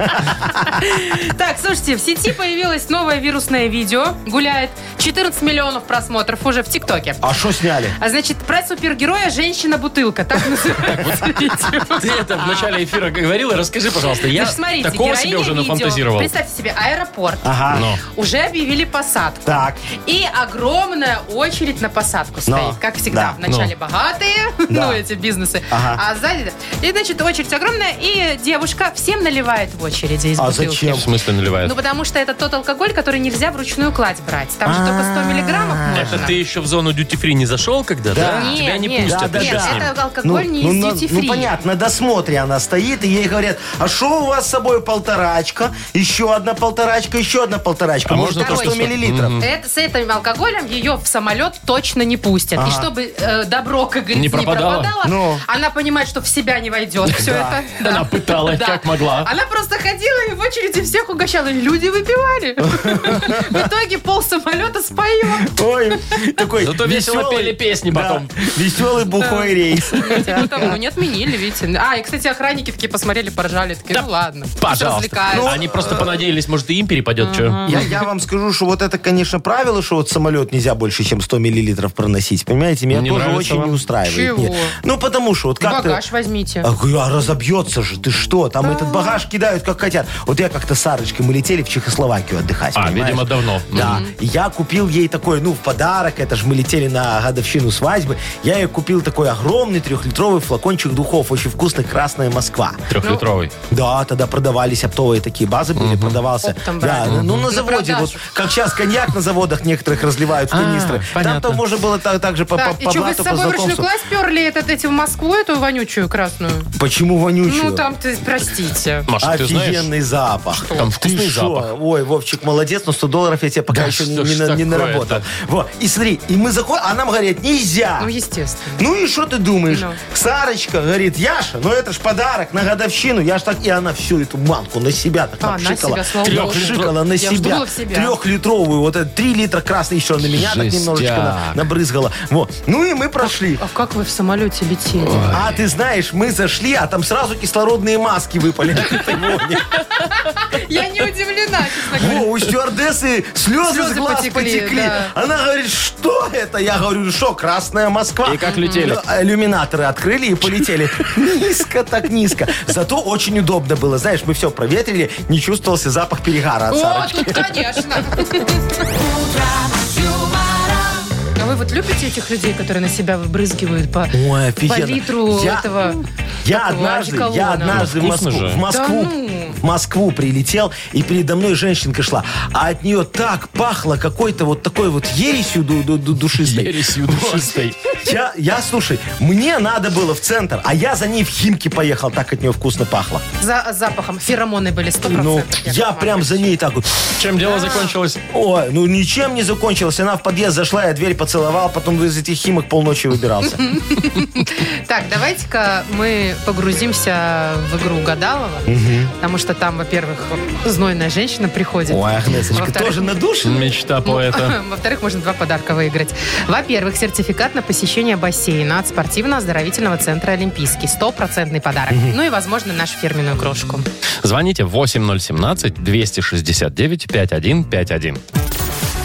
[SPEAKER 3] Так, слушайте, в сети появилось новое вирусное видео. Гуляет 14 миллионов просмотров уже в ТикТоке.
[SPEAKER 4] А что сняли?
[SPEAKER 3] А значит, про супергероя «Женщина-бутылка». Так называется видео.
[SPEAKER 2] Ты это в начале эфира говорила, расскажи, пожалуйста. Я
[SPEAKER 3] Значит, Ну, смотрите,
[SPEAKER 2] такого
[SPEAKER 3] героиня
[SPEAKER 2] себе уже
[SPEAKER 3] видео.
[SPEAKER 2] нафантазировал. А.
[SPEAKER 3] Представьте себе, аэропорт.
[SPEAKER 4] Ага.
[SPEAKER 2] Но.
[SPEAKER 3] Уже объявили посадку.
[SPEAKER 4] Так.
[SPEAKER 3] И огромная очередь на посадку стоит,
[SPEAKER 4] Но.
[SPEAKER 3] как всегда.
[SPEAKER 4] Да.
[SPEAKER 3] Вначале богатые,
[SPEAKER 4] Да.
[SPEAKER 3] ну, эти бизнесы.
[SPEAKER 4] Ага.
[SPEAKER 3] А сзади... И, значит, очередь огромная, и девушка всем наливает в очереди из
[SPEAKER 4] А
[SPEAKER 3] бутылки.
[SPEAKER 4] зачем?
[SPEAKER 2] В смысле наливает?
[SPEAKER 3] Ну, потому что это тот алкоголь, который нельзя вручную кладь брать. Там же только 100 миллиграммов
[SPEAKER 4] А.
[SPEAKER 2] это
[SPEAKER 3] можно.
[SPEAKER 2] ты еще в зону дьюти-фри не зашел когда, да?
[SPEAKER 4] Да.
[SPEAKER 2] Тебя не
[SPEAKER 3] нет,
[SPEAKER 2] пустят.
[SPEAKER 4] да,
[SPEAKER 2] еще
[SPEAKER 3] нет,
[SPEAKER 2] с ним.
[SPEAKER 3] это алкоголь не из
[SPEAKER 4] на-
[SPEAKER 3] duty
[SPEAKER 4] ну,
[SPEAKER 3] free.
[SPEAKER 4] понятно, на досмотре она стоит, и ей говорят, а что у вас с собой полторачка, еще одна полторачка, еще одна полторачка.
[SPEAKER 2] А
[SPEAKER 4] Может,
[SPEAKER 2] можно
[SPEAKER 4] только
[SPEAKER 3] то,
[SPEAKER 4] 100
[SPEAKER 3] что-
[SPEAKER 4] миллилитров.
[SPEAKER 3] Это, с этим алкоголем ее в самолет точно не пустят. И
[SPEAKER 4] Ага.
[SPEAKER 3] чтобы э, добро, как говорится,
[SPEAKER 2] Не
[SPEAKER 3] не
[SPEAKER 2] пропадало?
[SPEAKER 3] пропадало,
[SPEAKER 4] Ну.
[SPEAKER 3] она понимает, что в себя не войдет все это. Да.
[SPEAKER 2] Она пыталась,
[SPEAKER 3] Да.
[SPEAKER 2] как могла.
[SPEAKER 3] Она просто ходила и в очереди всех угощала. И люди выпивали. В итоге пол самолета споем.
[SPEAKER 4] Ой, такой
[SPEAKER 2] Зато весело
[SPEAKER 4] веселый-
[SPEAKER 2] пели песни
[SPEAKER 4] Да,
[SPEAKER 2] потом.
[SPEAKER 4] Веселый бухой рейс.
[SPEAKER 3] Типа того, не отменили, видите. А, и, кстати, охранники такие посмотрели, поржали. Такие, ну ладно. пусть
[SPEAKER 2] Пожалуйста. Ну,
[SPEAKER 3] развлекается.
[SPEAKER 2] Они просто понадеялись, может, и им перепадет, что?
[SPEAKER 4] Я, я вам скажу, что вот это, конечно, правило, что вот самолет нельзя больше, чем 100 миллилитров проносить. Понимаете, меня
[SPEAKER 2] Не
[SPEAKER 4] тоже
[SPEAKER 2] нравится
[SPEAKER 4] очень
[SPEAKER 2] вам?
[SPEAKER 4] не устраивает.
[SPEAKER 3] Чего?
[SPEAKER 4] Нет. Ну, потому Ксюша, вот
[SPEAKER 3] И
[SPEAKER 4] как ты...
[SPEAKER 3] багаж возьмите.
[SPEAKER 4] А, говорю, а разобьется же, ты что? Там этот багаж кидают, как хотят. Вот я как-то с Арочкой, мы летели в Чехословакию отдыхать,
[SPEAKER 2] А,
[SPEAKER 4] понимаешь?
[SPEAKER 2] видимо, давно.
[SPEAKER 4] Да, И я купил ей такой, ну, в подарок, это же мы летели на годовщину свадьбы, я ей купил такой огромный трехлитровый флакончик духов, очень вкусный, красная Москва.
[SPEAKER 2] Трехлитровый.
[SPEAKER 4] Да, тогда продавались оптовые такие базы были, продавался.
[SPEAKER 3] Оптом
[SPEAKER 4] да,
[SPEAKER 3] брали.
[SPEAKER 4] ну
[SPEAKER 3] На
[SPEAKER 4] на заводе,
[SPEAKER 3] продажу.
[SPEAKER 4] вот как сейчас коньяк на заводах некоторых разливают в
[SPEAKER 2] А,
[SPEAKER 4] канистры.
[SPEAKER 2] понятно.
[SPEAKER 4] Там-то можно было так, так же по,
[SPEAKER 3] Так,
[SPEAKER 4] по-
[SPEAKER 3] и
[SPEAKER 4] по
[SPEAKER 3] что, вы с
[SPEAKER 4] блату, по
[SPEAKER 3] собой вручную
[SPEAKER 4] знакомству.
[SPEAKER 3] класс перли этот, эти в Москву, эту вонючую красную?
[SPEAKER 4] Почему вонючую?
[SPEAKER 3] Ну, там, ты, простите.
[SPEAKER 2] Маш, ты знаешь,
[SPEAKER 4] Ну, Офигенный запах.
[SPEAKER 2] там вкусный
[SPEAKER 4] Ты шо?
[SPEAKER 2] запах.
[SPEAKER 4] Ой, Вовчик, молодец, но 100 долларов я тебе пока
[SPEAKER 2] Да
[SPEAKER 4] еще не,
[SPEAKER 2] что ж
[SPEAKER 4] не на- не
[SPEAKER 2] такое-то?
[SPEAKER 4] наработал. Вот, и смотри, и мы заходим, а нам говорят, нельзя.
[SPEAKER 3] Ну, естественно.
[SPEAKER 4] Ну и что ты думаешь?
[SPEAKER 3] Ну.
[SPEAKER 4] Сарочка говорит, Яша, ну это ж подарок на годовщину. Я ж так, и она всю эту манку на себя так
[SPEAKER 3] А,
[SPEAKER 4] напшикала.
[SPEAKER 3] на себя, слава
[SPEAKER 2] богу.
[SPEAKER 4] Напшикала на
[SPEAKER 3] Я уж
[SPEAKER 4] себя.
[SPEAKER 3] думала, в себя.
[SPEAKER 4] Трехлитровую, вот это три литра красный еще на меня так
[SPEAKER 2] Жестяк.
[SPEAKER 4] немножечко на- набрызгала. Вот. Ну и мы прошли.
[SPEAKER 3] А как вы в самолете летели?
[SPEAKER 4] А ты знаешь, мы зашли, а там сразу кислородные маски выпали. от этой вони.
[SPEAKER 3] Я не удивлена, честно говоря.
[SPEAKER 4] Во, у стюардессы слезы
[SPEAKER 3] Слезы
[SPEAKER 4] с глаз
[SPEAKER 3] потекли,
[SPEAKER 4] потекли.
[SPEAKER 3] да.
[SPEAKER 4] Она говорит, что это? Я говорю, «Ну что, Красная Москва.
[SPEAKER 2] И как летели?
[SPEAKER 4] Ну, Иллюминаторы открыли и полетели. Низко так низко. Зато очень удобно было. Знаешь, мы все проветрили, не чувствовался запах перегара от
[SPEAKER 3] О,
[SPEAKER 4] Сарочки.
[SPEAKER 3] тут, конечно. А вы вот любите этих людей, которые на себя выбрызгивают по,
[SPEAKER 4] Ой,
[SPEAKER 3] по
[SPEAKER 4] офигенно.
[SPEAKER 3] литру
[SPEAKER 4] Я-
[SPEAKER 3] этого?
[SPEAKER 4] Я
[SPEAKER 3] такого
[SPEAKER 4] однажды, я
[SPEAKER 3] одеколона?
[SPEAKER 4] однажды в
[SPEAKER 2] Ну,
[SPEAKER 4] Москву,
[SPEAKER 2] вкусно же.
[SPEAKER 4] в Москву,
[SPEAKER 3] Да ну.
[SPEAKER 4] в Москву прилетел, и передо мной женщинка шла, а от нее так пахло какой-то вот такой вот ересью ду- ду- ду- душистой.
[SPEAKER 2] ересью душистой.
[SPEAKER 4] Я, я, слушай, мне надо было в центр, а я за ней в Химки поехал, так от нее вкусно пахло.
[SPEAKER 3] За запахом. Феромоны были 100%.
[SPEAKER 4] Ну,
[SPEAKER 3] Яков
[SPEAKER 4] я прям
[SPEAKER 3] Маркович.
[SPEAKER 4] за ней так вот.
[SPEAKER 2] Чем
[SPEAKER 4] А.
[SPEAKER 2] дело закончилось?
[SPEAKER 4] Ой, ну ничем не закончилось. Она в подъезд зашла, я дверь поцеловал, потом из этих химок полночи выбирался.
[SPEAKER 3] Так, давайте-ка мы погрузимся в игру Гадалова, потому что там, во-первых, знойная женщина приходит.
[SPEAKER 4] Ой, Агнесочка,
[SPEAKER 3] Во-вторых,
[SPEAKER 4] тоже надушена?
[SPEAKER 2] Мечта
[SPEAKER 3] Ну,
[SPEAKER 2] поэта.
[SPEAKER 3] Во-вторых, можно два подарка выиграть. Во-первых, сертификат на посещение бассейна от спортивно-оздоровительного центра «Олимпийский». Стопроцентный подарок. Ну и, возможно, нашу фирменную крошку.
[SPEAKER 2] Звоните 8017-269-5151.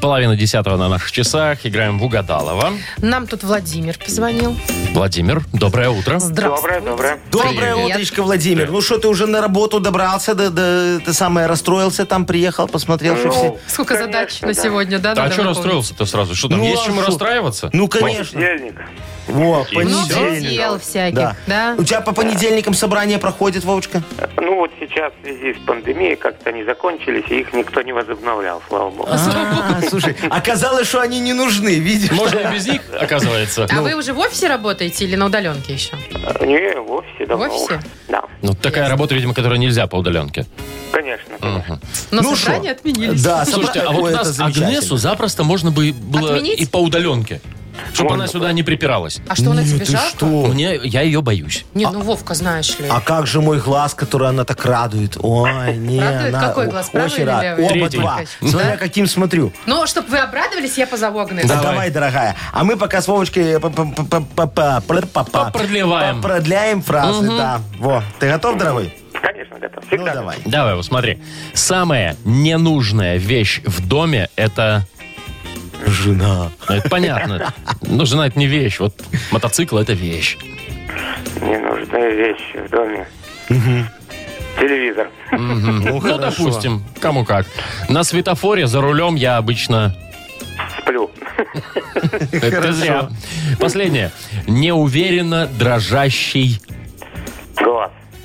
[SPEAKER 2] Половина десятого на наших часах. Играем в Угадалова.
[SPEAKER 3] Нам тут Владимир позвонил.
[SPEAKER 2] Владимир, доброе утро.
[SPEAKER 3] Здравствуйте.
[SPEAKER 6] доброе.
[SPEAKER 4] Доброе
[SPEAKER 3] Привет.
[SPEAKER 4] утречко, Владимир. Ну что, ты уже на работу добрался, да, да, ты самое расстроился, там приехал, посмотрел, что все...
[SPEAKER 3] Сколько задач на сегодня, да?
[SPEAKER 2] А
[SPEAKER 3] надо
[SPEAKER 2] что
[SPEAKER 3] выполнить?
[SPEAKER 2] расстроился-то сразу? Что там,
[SPEAKER 4] Ну,
[SPEAKER 2] есть
[SPEAKER 4] а
[SPEAKER 2] чему
[SPEAKER 4] что?
[SPEAKER 2] расстраиваться?
[SPEAKER 4] Ну, конечно. Во,
[SPEAKER 3] Много
[SPEAKER 4] понедельник.
[SPEAKER 3] Ну, дел всяких,
[SPEAKER 4] Да.
[SPEAKER 3] да?
[SPEAKER 4] У тебя по понедельникам собрание проходит, Вовочка?
[SPEAKER 9] Ну вот сейчас в связи с пандемией как-то они закончились, и их никто не возобновлял, слава богу.
[SPEAKER 4] А, слушай, оказалось, что они не нужны, видишь?
[SPEAKER 2] Можно и без них, оказывается.
[SPEAKER 4] Ну.
[SPEAKER 3] А вы уже в офисе работаете или на удаленке еще?
[SPEAKER 9] А, Не, вовсе давно.
[SPEAKER 3] В офисе?
[SPEAKER 9] уже. Да,
[SPEAKER 2] Ну, такая работа, видимо, которую нельзя по удаленке.
[SPEAKER 9] конечно. конечно.
[SPEAKER 3] Но
[SPEAKER 4] Ну
[SPEAKER 3] собрания
[SPEAKER 4] шо?
[SPEAKER 3] отменились.
[SPEAKER 4] Да,
[SPEAKER 2] Слушайте,
[SPEAKER 4] собра-
[SPEAKER 2] а вот
[SPEAKER 4] Ой,
[SPEAKER 2] у
[SPEAKER 4] это
[SPEAKER 2] нас
[SPEAKER 4] замечательно.
[SPEAKER 2] Агнесу запросто можно бы было
[SPEAKER 3] Отменить?
[SPEAKER 2] и по удаленке. Чтобы она сюда не припиралась.
[SPEAKER 3] А что, на
[SPEAKER 4] Не, ну
[SPEAKER 3] тебе
[SPEAKER 4] ты
[SPEAKER 3] жалко?
[SPEAKER 4] что?
[SPEAKER 2] Мне, я ее боюсь.
[SPEAKER 3] Не, ну Вовка, знаешь ли.
[SPEAKER 4] А как же мой глаз, который она так радует? Ой, не,
[SPEAKER 3] Радует?
[SPEAKER 4] она
[SPEAKER 3] Какой
[SPEAKER 4] о-
[SPEAKER 3] глаз, правый
[SPEAKER 4] очень
[SPEAKER 3] или
[SPEAKER 4] рад.
[SPEAKER 3] левый?
[SPEAKER 4] Оба
[SPEAKER 2] Третий.
[SPEAKER 4] два.
[SPEAKER 3] Третий. Да?
[SPEAKER 4] Смотря каким смотрю.
[SPEAKER 3] Ну, чтобы вы обрадовались, я позову Агнесу.
[SPEAKER 4] Да,
[SPEAKER 2] Давай.
[SPEAKER 4] давай, дорогая. А мы пока с Вовочкой п- п- п- п- п- п- пр- п- п-
[SPEAKER 2] Попродлеваем.
[SPEAKER 4] попродляем фразы, да. Во, ты готов, дорогой?
[SPEAKER 9] Конечно, готов.
[SPEAKER 4] Ну,
[SPEAKER 9] Всегда.
[SPEAKER 4] давай.
[SPEAKER 2] Давай, вот смотри. Самая ненужная вещь в доме – это...
[SPEAKER 4] Жена.
[SPEAKER 2] Ну, это понятно. Ну, жена – это не вещь. Вот мотоцикл – это вещь.
[SPEAKER 9] Ненужная вещь в доме. Телевизор.
[SPEAKER 4] Ну,
[SPEAKER 2] Ну,
[SPEAKER 4] хорошо.
[SPEAKER 2] допустим, кому как. На светофоре за рулем я обычно...
[SPEAKER 9] Сплю.
[SPEAKER 2] Это зря. Последнее. Неуверенно дрожащий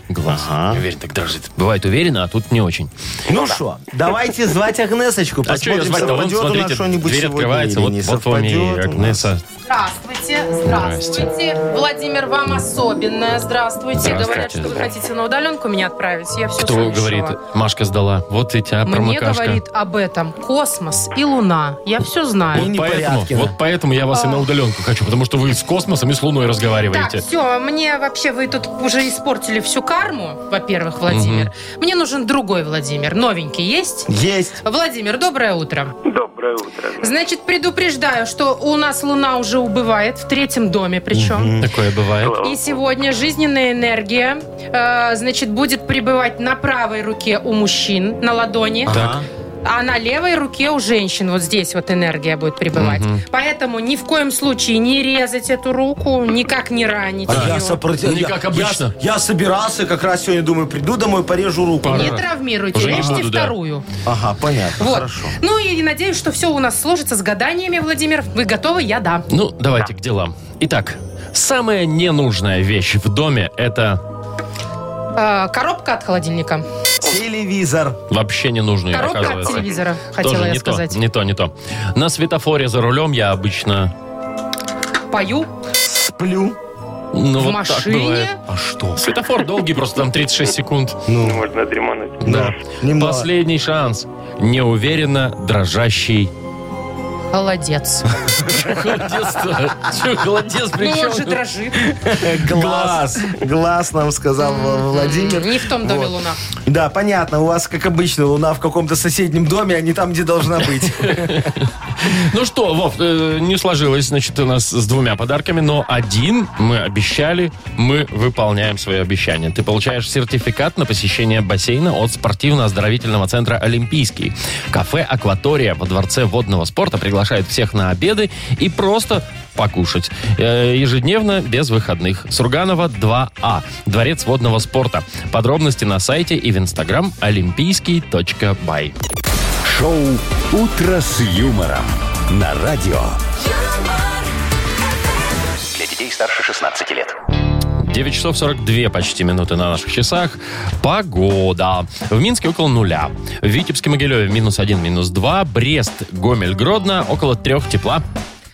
[SPEAKER 9] Глаз.
[SPEAKER 2] глаз. Неуверенно так дрожит. Бывает уверенно, а тут не очень.
[SPEAKER 4] Ну что, давайте звать Агнесочку.
[SPEAKER 2] А что ее
[SPEAKER 4] Посмотрим,
[SPEAKER 2] звать-то? Вон,
[SPEAKER 4] совпадет у нас
[SPEAKER 2] смотрите,
[SPEAKER 4] что-нибудь
[SPEAKER 2] дверь
[SPEAKER 4] сегодня
[SPEAKER 2] открывается.
[SPEAKER 4] или
[SPEAKER 2] Вот,
[SPEAKER 4] не
[SPEAKER 2] вот вам и
[SPEAKER 4] совпадет у нас.
[SPEAKER 2] Агнеса.
[SPEAKER 3] Здравствуйте, здравствуйте. Владимир, вам особенное. Здравствуйте.
[SPEAKER 2] Здравствуйте.
[SPEAKER 3] Говорят, что вы хотите на удаленку меня отправить. Я все
[SPEAKER 2] Кто говорит? Машка сдала. Вот и тебя
[SPEAKER 3] Мне
[SPEAKER 2] промокашка.
[SPEAKER 3] говорит об этом космос и луна. Я все знаю.
[SPEAKER 2] Вот
[SPEAKER 4] И
[SPEAKER 2] поэтому,
[SPEAKER 4] Непорядкина.
[SPEAKER 2] вот поэтому я вас и на удаленку хочу, потому что вы с космосом и с Луной
[SPEAKER 3] Так,
[SPEAKER 2] разговариваете.
[SPEAKER 3] все, мне вообще вы тут уже испортили всю карму, во-первых, Владимир. Мне нужен другой Владимир. Новенький есть?
[SPEAKER 4] Есть.
[SPEAKER 3] Владимир, доброе утро.
[SPEAKER 9] Доб- Доброе утро.
[SPEAKER 3] Значит, предупреждаю, что у нас Луна уже убывает, в третьем доме причем.
[SPEAKER 2] Такое бывает.
[SPEAKER 3] И сегодня жизненная энергия, э, значит, будет пребывать на правой руке у мужчин, на ладони.
[SPEAKER 2] Так.
[SPEAKER 3] А на левой руке у женщин вот здесь вот энергия будет пребывать. Поэтому ни в коем случае не резать эту руку, никак не ранить
[SPEAKER 4] А
[SPEAKER 3] ее.
[SPEAKER 4] я сопротив-
[SPEAKER 2] Ну, Не
[SPEAKER 4] я-
[SPEAKER 2] как обычно.
[SPEAKER 4] Я, я собирался, как раз сегодня думаю, приду домой, порежу руку.
[SPEAKER 2] Пора.
[SPEAKER 3] Не травмируйте,
[SPEAKER 2] Уже не
[SPEAKER 3] режьте
[SPEAKER 2] буду, да.
[SPEAKER 3] вторую.
[SPEAKER 4] Ага, понятно,
[SPEAKER 3] Вот.
[SPEAKER 4] хорошо.
[SPEAKER 3] Ну и надеюсь, что все у нас сложится с гаданиями, Владимир. Вы готовы? Я да.
[SPEAKER 2] Ну, давайте к делам. Итак, самая ненужная вещь в доме это
[SPEAKER 3] Э, коробка от холодильника.
[SPEAKER 4] Телевизор.
[SPEAKER 2] вообще ненужная,
[SPEAKER 3] Коробка от
[SPEAKER 2] оказывается.
[SPEAKER 3] телевизора, хотела
[SPEAKER 2] Тоже
[SPEAKER 3] я
[SPEAKER 2] не
[SPEAKER 3] сказать.
[SPEAKER 2] То, не то, не то. На светофоре за рулем я обычно...
[SPEAKER 3] Пою
[SPEAKER 4] Сплю.
[SPEAKER 2] Ну,
[SPEAKER 3] в
[SPEAKER 2] вот так бывает.
[SPEAKER 3] машине.
[SPEAKER 4] А что?
[SPEAKER 2] Светофор долгий, просто там 36 секунд.
[SPEAKER 9] Можно дремануть.
[SPEAKER 2] Да.
[SPEAKER 4] Немного.
[SPEAKER 2] Последний шанс. Неуверенно дрожащий.
[SPEAKER 3] Холодец.
[SPEAKER 2] Холодец. Че, холодец, при
[SPEAKER 3] Ну,
[SPEAKER 2] чем
[SPEAKER 3] он же
[SPEAKER 2] тут?
[SPEAKER 3] дрожит.
[SPEAKER 4] Глаз. Глаз нам сказал Ва- Владимир.
[SPEAKER 3] Не в том доме
[SPEAKER 4] Вот.
[SPEAKER 3] луна.
[SPEAKER 4] Да, понятно. У вас, как обычно, луна в каком-то соседнем доме, а не там, где должна быть.
[SPEAKER 2] Ну что, Вов, э, не сложилось, значит, у нас с двумя подарками, но один мы обещали, мы выполняем свое обещание. Ты получаешь сертификат на посещение бассейна от спортивно-оздоровительного центра «Олимпийский». Кафе «Акватория» во Дворце водного спорта приглашает всех на обеды и просто покушать. Э, Ежедневно, без выходных. Сурганова 2А. Дворец водного спорта. Подробности на сайте и в инстаграм олимпийский.бай.
[SPEAKER 1] Шоу «Утро с юмором» на радио.
[SPEAKER 5] Для детей старше 16 лет.
[SPEAKER 2] 9 часов 42 почти минуты на наших часах. Погода. В Минске около нуля. В Витебске Могилеве минус 1, минус 2. Брест, Гомель, Гродно около 3 тепла.